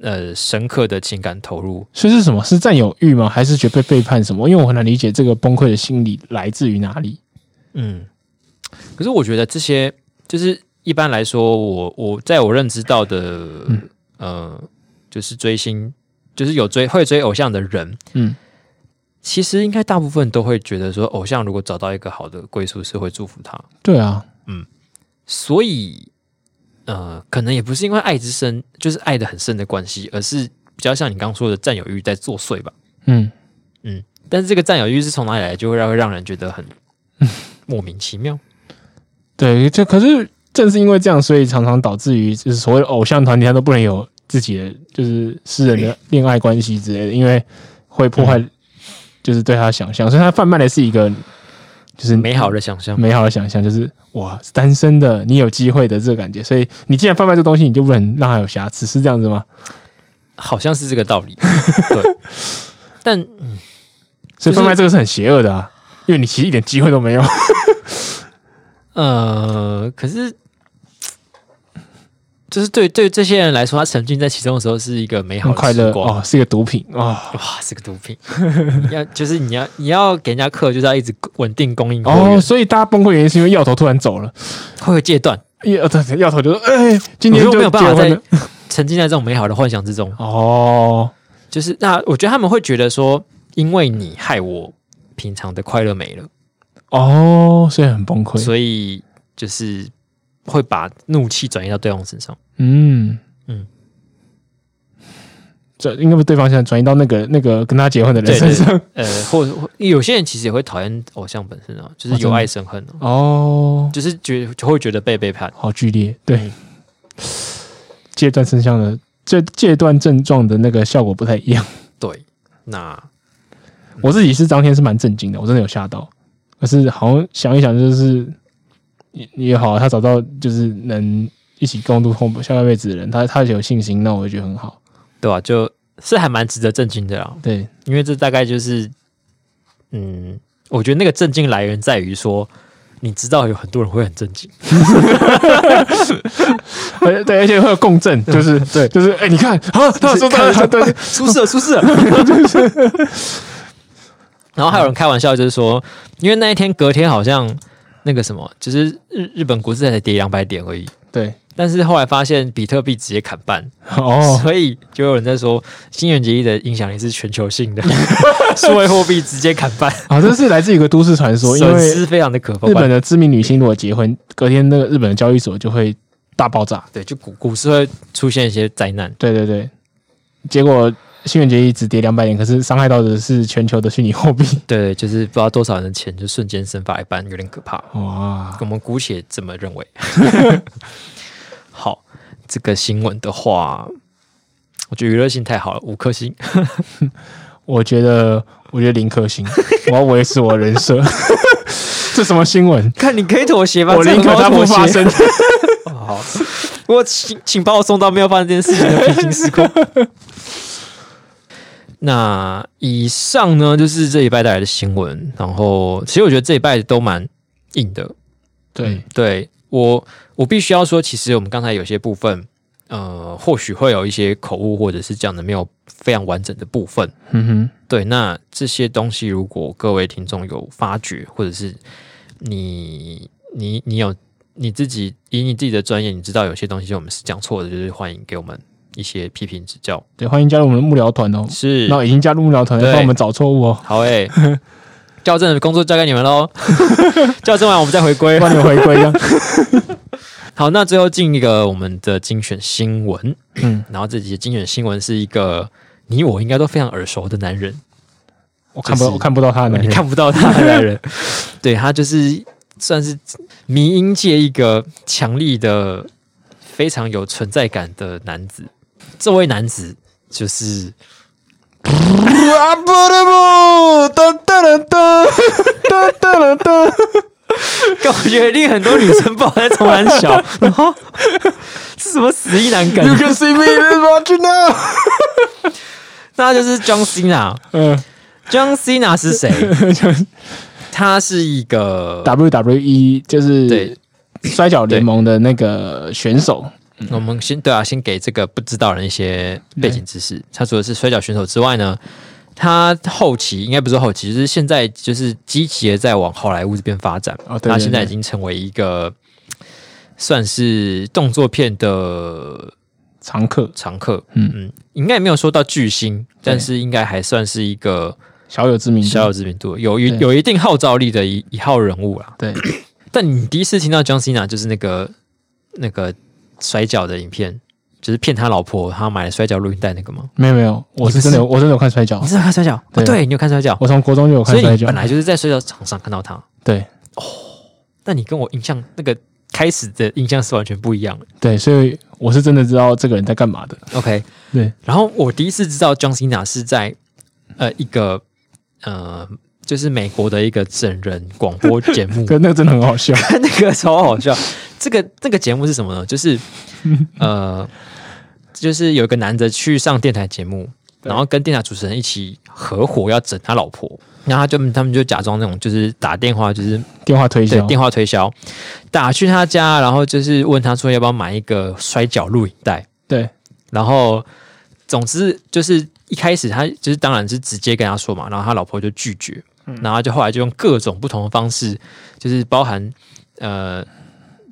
呃深刻的情感投入。所以是什么？是占有欲吗？还是觉得被背叛什么？因为我很难理解这个崩溃的心理来自于哪里。嗯，可是我觉得这些就是一般来说，我我在我认知到的，嗯呃，就是追星，就是有追会追偶像的人，嗯，其实应该大部分都会觉得说，偶像如果找到一个好的归宿，是会祝福他。对啊，所以，呃，可能也不是因为爱之深，就是爱的很深的关系，而是比较像你刚刚说的占有欲在作祟吧。嗯，但是这个占有欲是从哪里来，就会让会让人觉得 很莫名其妙。对，就可是正是因为这样，所以常常导致于就是所谓的偶像团体，他都不能有自己的就是私人的恋爱关系之类的，因为会破嗯坏就是对他的想象，所以他贩卖的是一个就是美好的想象，美好的想象，就是我是单身的，你有机会的这个感觉。所以你既然贩卖这东西，你就不能让他有瑕疵，是这样子吗？好像是这个道 理。对，但就所以是贩卖这个是很邪恶的啊，因为你其实一点机会都没有。呃，可是就是对对这些人来说，他沉浸在其中的时候是一个美好很的 快时乐光。哦，是一个毒品哦哇，是个毒品！你要就是你要你要给人家课，就是要一直稳定供应货源哦，所以大家崩溃原因是因为药头突然走了，会有戒断，药头药头就说：“ 哎、今你天就就没有办结法婚了在沉浸在这种美好的幻想之中。 哦，就是那我觉得他们会觉得说，因为你害我平常的快乐没了，哦，所以很崩溃。所以就是会把怒气转移到对方身上。嗯嗯嗯，这应该被对方现在转移到那个那个跟他结婚的人对对身上。呃，或或有些人其实也会讨厌偶像本身啊，就是哦真由的爱生恨、啊，哦，就是觉就会觉得被背叛。好剧烈，对。 戒断身上的这戒断症状的那个效果不太一样。对，那我自己是当天是蛮震惊的，我真的有吓到。可是好像想一想，就是也也好，啊他找到就是能一起共度后下半辈子的人，他他有信心，那我就觉得很好。对吧、就是还蛮值得震惊的啊啦，对，因为这大概就是，嗯，我觉得那个震惊来源在于说，你知道有很多人会很震惊， 而对，而且会有共振，就是对就是哎，你看啊，他说他他对，出事了，出事了。 然后还有人开玩笑，就是说，因为那一天隔天好像那个什么，就是日日本股市才跌两百点而已，对，但是后来发现比特币直接砍半， 哦，所以就有人在说，新垣结衣的影响力是全球性的， 数位货币直接砍半，啊，这是来自一个都市传说， 因损为失非常的可怕。日本的知名女星如果结婚，隔天那个日本的交易所就会大爆炸。对，就股股市会出现一些灾难，对对对，结果新元节一直跌两百点，可是伤害到的是全球的虚拟货币。对，就是不知道多少人的钱就瞬间蒸发一半，有点可怕。哇，我们姑且这么认为。 好，这个新闻的话，我觉得娱乐性太好了，五颗星。我觉得我觉得零颗 星，我要维持我的人设。 这什么新闻？看，你可以妥协吧，我这宁可有什它么不好发妥协。生。 好，不过请请把我送到没有发生这件事情的平行时空。那以上呢，就是这一拜带来的新闻。然后，其实我觉得这一拜都蛮硬的，对嗯，对我，我必须要说，其实我们刚才有些部分，呃，或许会有一些口误，或者是讲的没有非常完整的部分。嗯对，那这些东西，如果各位听众有发觉，或者是你你你有你自己以你自己的专业，你知道有些东西我们是讲错的，就是欢迎给我们一些批评指教哼。，对，欢迎加入我们的幕僚团哦。是，那已经加入幕僚团了，对帮我们找错误哦，好诶、校正的工作交给你们喽， 校正完我们再回归。帮你们回归一 样。好，那最后进一个我们的精选新闻，嗯，然后这集的精选新闻是一个你我应该都非常耳熟的男人，我看不就是我看不到他的男你人，看不到他的男人，对他就是算是迷音界一个强力的、非常有存在感的男子。这位男子就是啊不得不，噔噔噔噔噔噔噔，跟我决定很多女生不好在从男小，啊是什么死意男梗？ can see me in watching now。那他就是 John Cena。 嗯 John Cena 是谁？他是一个，WWE 就是对，摔跤联盟的那个选手，我们先对啊，先给这个不知道的人一些背景知嗯识。他除了是摔跤选手之外呢，他后期应该不是后期，就是现在就是积极的在往好莱坞这边发展。哦对对他现在对已经成为一个算是动作片的常客常客。嗯嗯，应该也没有说到巨星，但是应该还算是一个小有知名度，小有知名度，有一嗯对有一定号召力的一一号人物啦。对但你第一次听到 John Cena 就是那个那个摔跤的影片，就是骗他老婆，他买了摔跤录音带那个吗？没有没有，我是真的有，我真的有看摔跤你，知道他摔跤？对哦、对，你有看摔跤，我从国中就有所看以摔你跤本，来就是在摔跤场上看到他。对但你跟我印象那个开始的印象是完全不一样的。对，所以我是真的知道这个人在干嘛的。 OK，对，然后我第一次知道 John Cena 是在呃一个呃就是美国的一个整人广播节目可那个真的很好笑， 那个超好笑。这个这个节目是什么呢？ 就是呃，就是有一个男的去上电台节目，对然后跟电台主持人一起合伙要整他老婆，然后他就他们就假装那种就是打电话就是电话推对销，电话推销，打去他家，然后就是问他说要不要买一个摔角录影带，对然后总之就是一开始他就是当然是直接跟他说嘛，然后他老婆就拒绝，然后他就后来就用各种不同的方式，就是包含呃，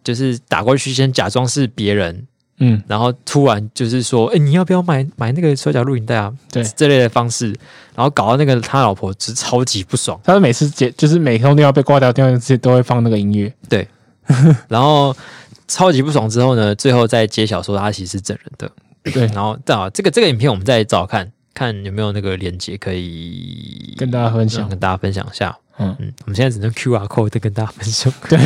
就是打过去先假装是别人，嗯，然后突然就是说，哎、你要不要买买那个摔角录影带啊？对这类的方式，然后搞到那个他老婆是超级不爽，他们每次接就是每通电话被挂掉电话之前都会放那个音乐，然后超级不爽之后呢，最后再揭晓说他其实是整人的。对，然后正好这个这个影片我们再找看看有没有那个连接可以跟大家分嗯。享跟大家分享一下。嗯嗯，我们现在只能 QR code 再跟大家分 享，对，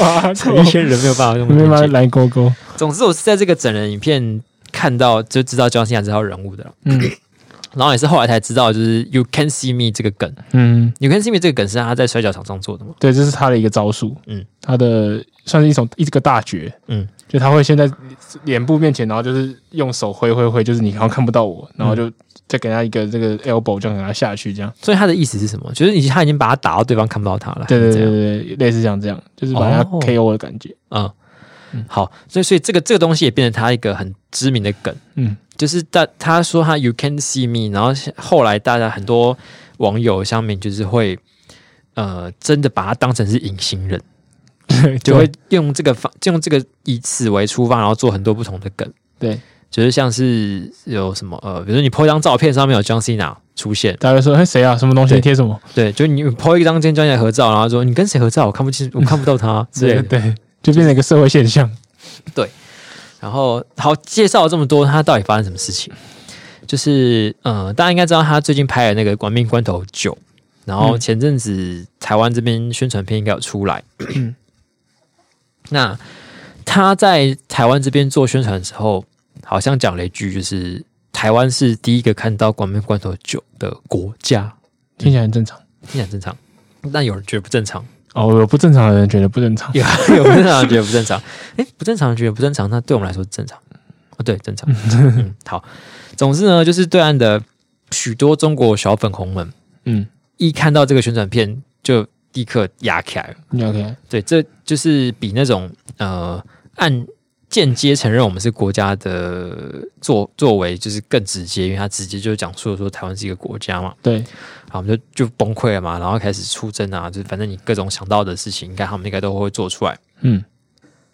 哇，一些人没有办法用没连办法接。来勾勾，总之，我是在这个整人影片看到就知道 John Cena 这号人物的了，嗯然后也是后来才知道，就是 You Can See Me 这个梗嗯， ，You Can See Me 这个梗是他在摔跤场上做的嘛？对，这是他的一个招数，嗯嗯，他的算是一种一个大绝，嗯嗯，就他会先在脸部面前，然后就是用手挥挥挥，就是你好像看不到我，然后就再给他一个这个 elbow，这样给他下去，这样。所以他的意思是什么？就是你他已经把他打到对方看不到他了，对对还是怎对样，对，对类似像这样，就是把他哦 KO 的感觉。嗯，好，所以所以这个这个东西也变成他一个很知名的梗，嗯，就是大他说他 you can see me，然后后来大家很多网友乡民就是会呃真的把他当成是隐形人，就会用这个方用这个以此为出发，然后做很多不同的梗，对，就是像是有什么呃，比如说你 po 一张照片上面有 John Cena 出现，大家会说哎谁啊，什么东西对贴什么对，就你 po 一张今天 John Cena 合照，然后说你跟谁合照，我看不清，我看不到他之类的。对，就嗯变成一个社会现象。然后好介绍了这么多，他到底发生什么事情？就是呃，大家应该知道他最近拍的那个《亡命关头九》，然后嗯前阵子台湾这边宣传片应该有出来。那他在台湾这边做宣传的时候，好像讲了一句，就是台湾是第一个看到《亡命关头九》的国家，听起来很正常。听起来很正常。但有人觉得不正常，哦，有不正常的人觉得不正常。有 有不正常人觉得不正常，哎、不正常人觉得不正常，那对我们来说正常哦，对，正常。嗯，好。总之呢，就是对岸的许多中国小粉红们嗯一看到这个宣传片就立刻压起来了。 ，OK，对，这就是比那种呃按间接承认我们是国家的作作为，就是更直接，因为他直接就讲述了说台湾是一个国家嘛。对，好，我们就就崩溃了嘛，然后开始出征啊，就是反正你各种想到的事情，应该他们应该都会做出来。嗯，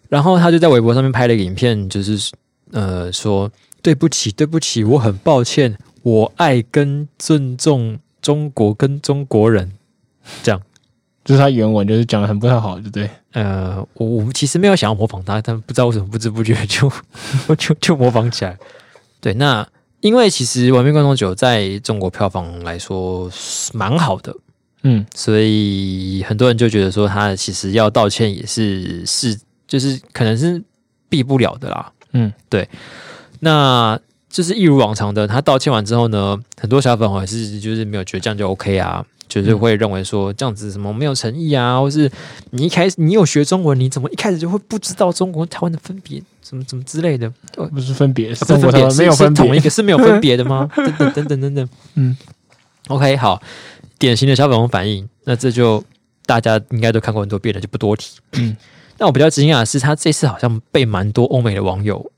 然后他就在微博上面拍了一个影片，就是呃说对不起，对不起，我很抱歉，我爱跟尊重中国跟中国人。就是他原文就是讲的很不太好，对不对？呃，我我们其实没有想要模仿他，但不知道为什么不知不觉就 就就模仿起来。对，那因为其实《亡命关头九》在中国票房来说是蛮好的，嗯，所以很多人就觉得说他其实要道歉也是是就是可能是避不了的啦。嗯，对。那就是一如往常的，他道歉完之后呢，很多小粉红还是就是没有觉得这样就 OK 啊，就是会认为说这样子什么没有诚意啊，或是你一开始你有学中文，你怎么一开始就会不知道中国台湾的分别，怎么怎么之类的？啊不是分别，啊不中是国分别台湾没有是是分同一 别。个是没有分别的吗？等等等等等等， 嗯，OK，好，典型的小粉红反应，那这就大家应该都看过很多遍了，就不多提。嗯但我比较惊讶的是，他这次好像被蛮多欧美的网友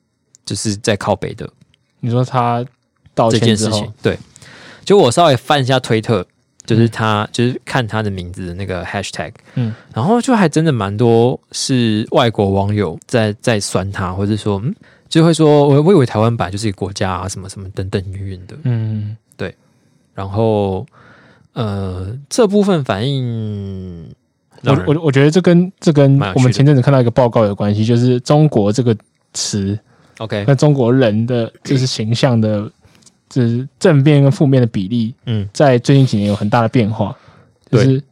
就是在靠北的你说他道这歉件之事后情，，对，就我稍微翻一下推特。就是他，就是看他的名字的那个 hashtag，嗯，然后就还真的蛮多是外国网友在在酸他，或者说，嗯，就会说，我我以为台湾版就是一个国家啊，什么什么等等云云的，嗯，然后呃，这部分反应我让人我我觉得这跟这跟嗯蛮有趣的我们前阵子看到一个报告有关系，就是中国这个词 OK，跟中国人的就是形象的，就是正面跟负面的比例，嗯，在最近几年有很大的变化，就对是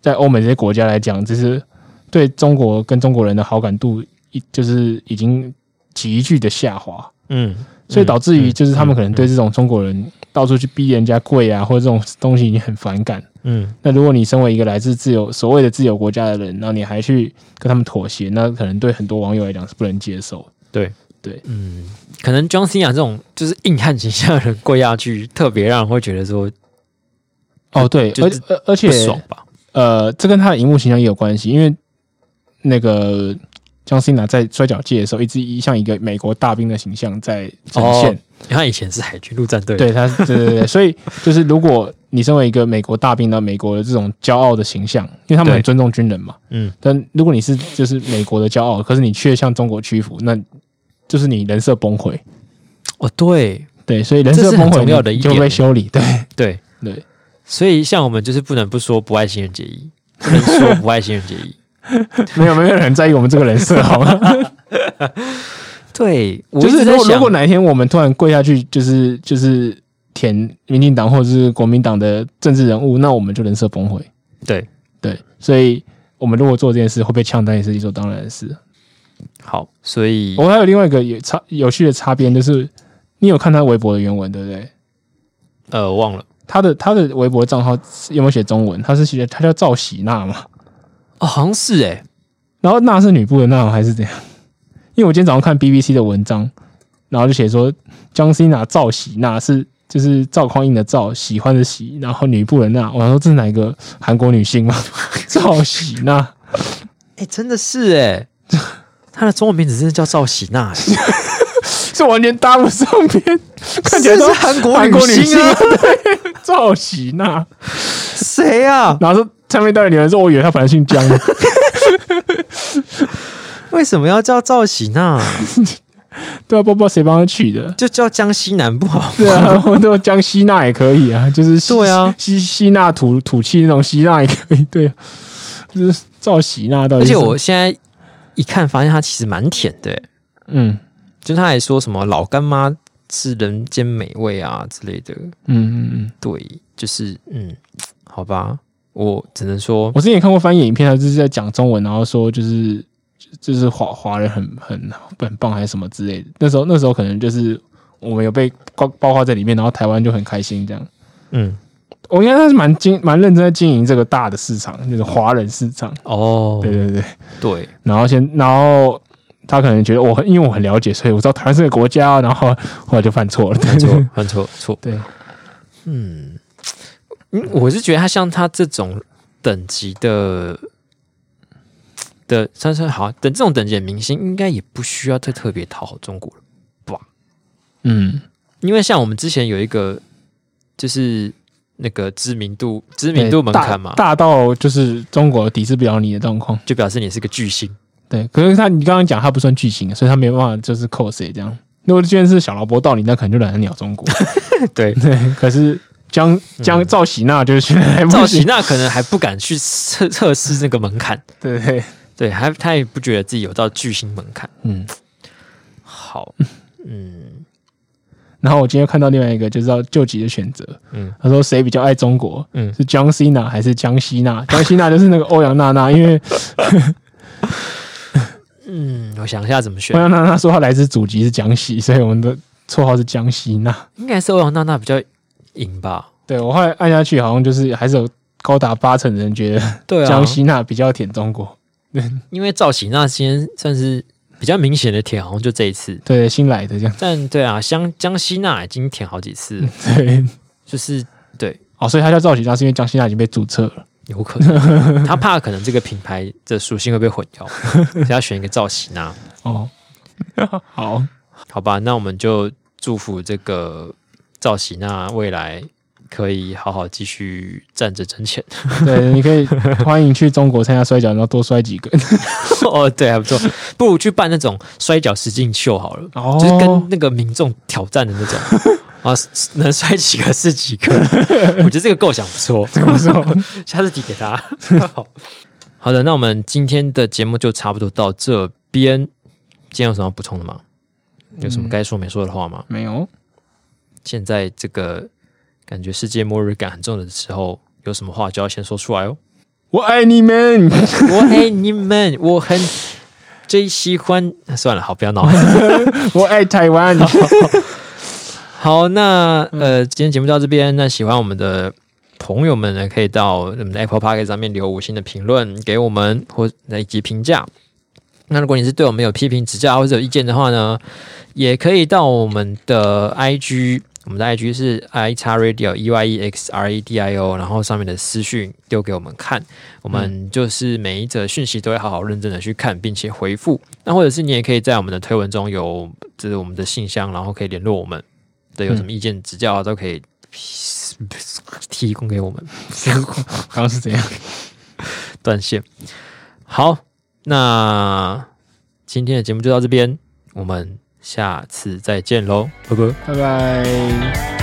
在欧美这些国家来讲，就是对中国跟中国人的好感度一就是已经急剧的下滑，嗯，所以导致于嗯就是他们可能对嗯这种中国人到处去逼人家跪啊，或者这种东西已经很反感。嗯那如果你身为一个来自自由所谓的自由国家的人，然后你还去跟他们妥协，那可能对很多网友来讲是不能接受。嗯，可能 John Cena 这种就是硬汉形象的人跪下去，特别让人会觉得说哦，对，就而就而而且不爽吧？呃，这跟他的荧幕形象也有关系，因为那个江西娜在摔跤界的时候，一直以像一个美国大兵的形象在呈现。哦因为他以前是海军陆战队，对他，对对 对，所以就是如果你身为一个美国大兵呢，美国的这种骄傲的形象，因为他们很对尊重军人嘛，嗯，但如果你是就是美国的骄傲，可是你却向中国屈服，那就是你人设崩溃。哦，对对，所以人这设是很崩溃重要的一你点就被修理。对对，对，所以像我们就是不能不说不爱情人节 一，不能说不爱情人节一。 没有没有人在意我们这个人设，好吗？ 对，我啊就一是直在如果想如果哪一天我们突然跪下去，就是就是舔民进党或者是国民党的政治人物，那我们就人设崩溃。对对，所以我们如果做这件事会被呛单也是理所当然的事。好，所以我还有另外一个有插有趣的插边，就是你有看他微博的原文对不对？呃，忘了他的他的微博账号是有没有写中文？他是写他叫赵喜娜嘛？哦，好像是哎、然后娜是女部的娜吗还是怎样？因为我今天早上看 BBC 的文章，然后就写说江西娜赵喜娜是就是赵匡胤的赵，喜欢的喜，然后女部人娜，我想说这是哪一个韩国女星吗？赵喜娜，哎、真的是哎、 他的中文名字真的叫赵喜娜，欸 这完全搭不上边，看起来这都是韩国韩国女星啊，对赵喜娜。谁啊？然后说上面带有人说，我以为他本来姓江， 为什么要叫赵喜娜？对啊，不知道谁帮他取的。就叫江西南不 好？对 啊，或者江西娜也可以啊，就是西对啊西西纳土土气那种希腊也可以， 对、啊，就是赵喜娜到而底是且什么。我现在一看，发现他其实蛮甜的、欸，嗯就他还说什么老干妈是人间美味啊之类的。嗯嗯嗯，对，就是嗯，好吧，我只能说我之前也看过翻译影片，他就是在讲中文，然后说就是就是华华人很很很棒还是什么之类的。那时候那时候可能就是我们有被包包括在里面，然后台湾就很开心这样。哦嗯，我应该他是蛮经蛮认真在经营这个大的市场，就是华人市场。哦，对对对，对，然后先，然后他可能觉得我很，因为我很了解，所以我知道台湾是个国家，然后后来就犯错了。很错，很错， 错，对，嗯，嗯，我是觉得他像他这种等级的的，算是好等这种等级的明星，应该也不需要再特别讨好中国了，嗯，因为像我们之前有一个就是那个知名度知名度门槛嘛嗯对，大大到就是中国抵制不了你的状况。就表示你是个巨星。对，可是他你刚刚讲他不算巨星，所以他没办法就是扣谁这样。如果居然是小劳勃到你，那可能就懒得鸟中国。 对， 对，可是江江赵喜娜就是还不行赵喜，娜可能还不敢去测测试那个门槛。对对，对，还他也不觉得自己有到巨星门槛。嗯。好，嗯然后我今天看到另外一个，就是要救急的选择。嗯他说谁比较爱中国？嗯是江西娜还是江西娜？江西娜就是那个欧阳娜娜，因为嗯，我想一下怎么欧选，阳娜娜说她来自祖籍是江西，所以我们的绰号是江西娜。应该是欧阳娜娜比较赢吧？对我后来按下去，好像就是还是有高达八成的人觉得对啊，江西娜比较舔中国。因为赵喜娜今天算是比较明显的舔，好像就这一次。对，新来的这样。但对啊，江江西娜已经舔好几次了，对，就是哦，所以他叫赵喜娜是因为江西娜已经被注册了。有可 能他怕可能这个品牌的属性会被混掉，所以要选一个啊赵喜娜。哦， 好，好吧，那我们就祝福这个赵喜娜未来可以好好继续站着挣钱。 对，你可以欢迎去中国参加摔跤，然后多摔几个。哦，对，还不错，不如去办那种摔跤实境秀好了，哦就是跟那个民众挑战的那种。 啊，能摔几个是几个，我觉得这个构想不错，这个时候， 下次提给他。好好的，那我们今天的节目就差不多到这边。今天有什么要补充的吗？有嗯什么该说没说的话吗？ 没有。现在这个感觉世界末日感很重的时候，有什么话就要先说出来哦。我爱你们。我爱你们，我很最喜欢。啊算了，好，不要闹。我爱台湾。 好，那呃，今天节目到这边。那喜欢我们的朋友们呢，可以到我们的 Apple Park 上面留五星的评论给我们，或以及评价。那如果你是对我们有批评指教或者有意见的话呢，也可以到我们的 IG，我们的 IG 是 i x radio e y e x r e d i o，然后上面的私讯丢给我们看，我们就是每一则讯息都会好好认真的去看，并且回复。那或者是你也可以在我们的推文中有，就是我们的信箱，然后可以联络我们。对，有什么意见指教啊，都可以提供给我们刚刚是 怎样？断线。好，那今天的节目就到这边，我们下次再见喽，拜拜。拜拜。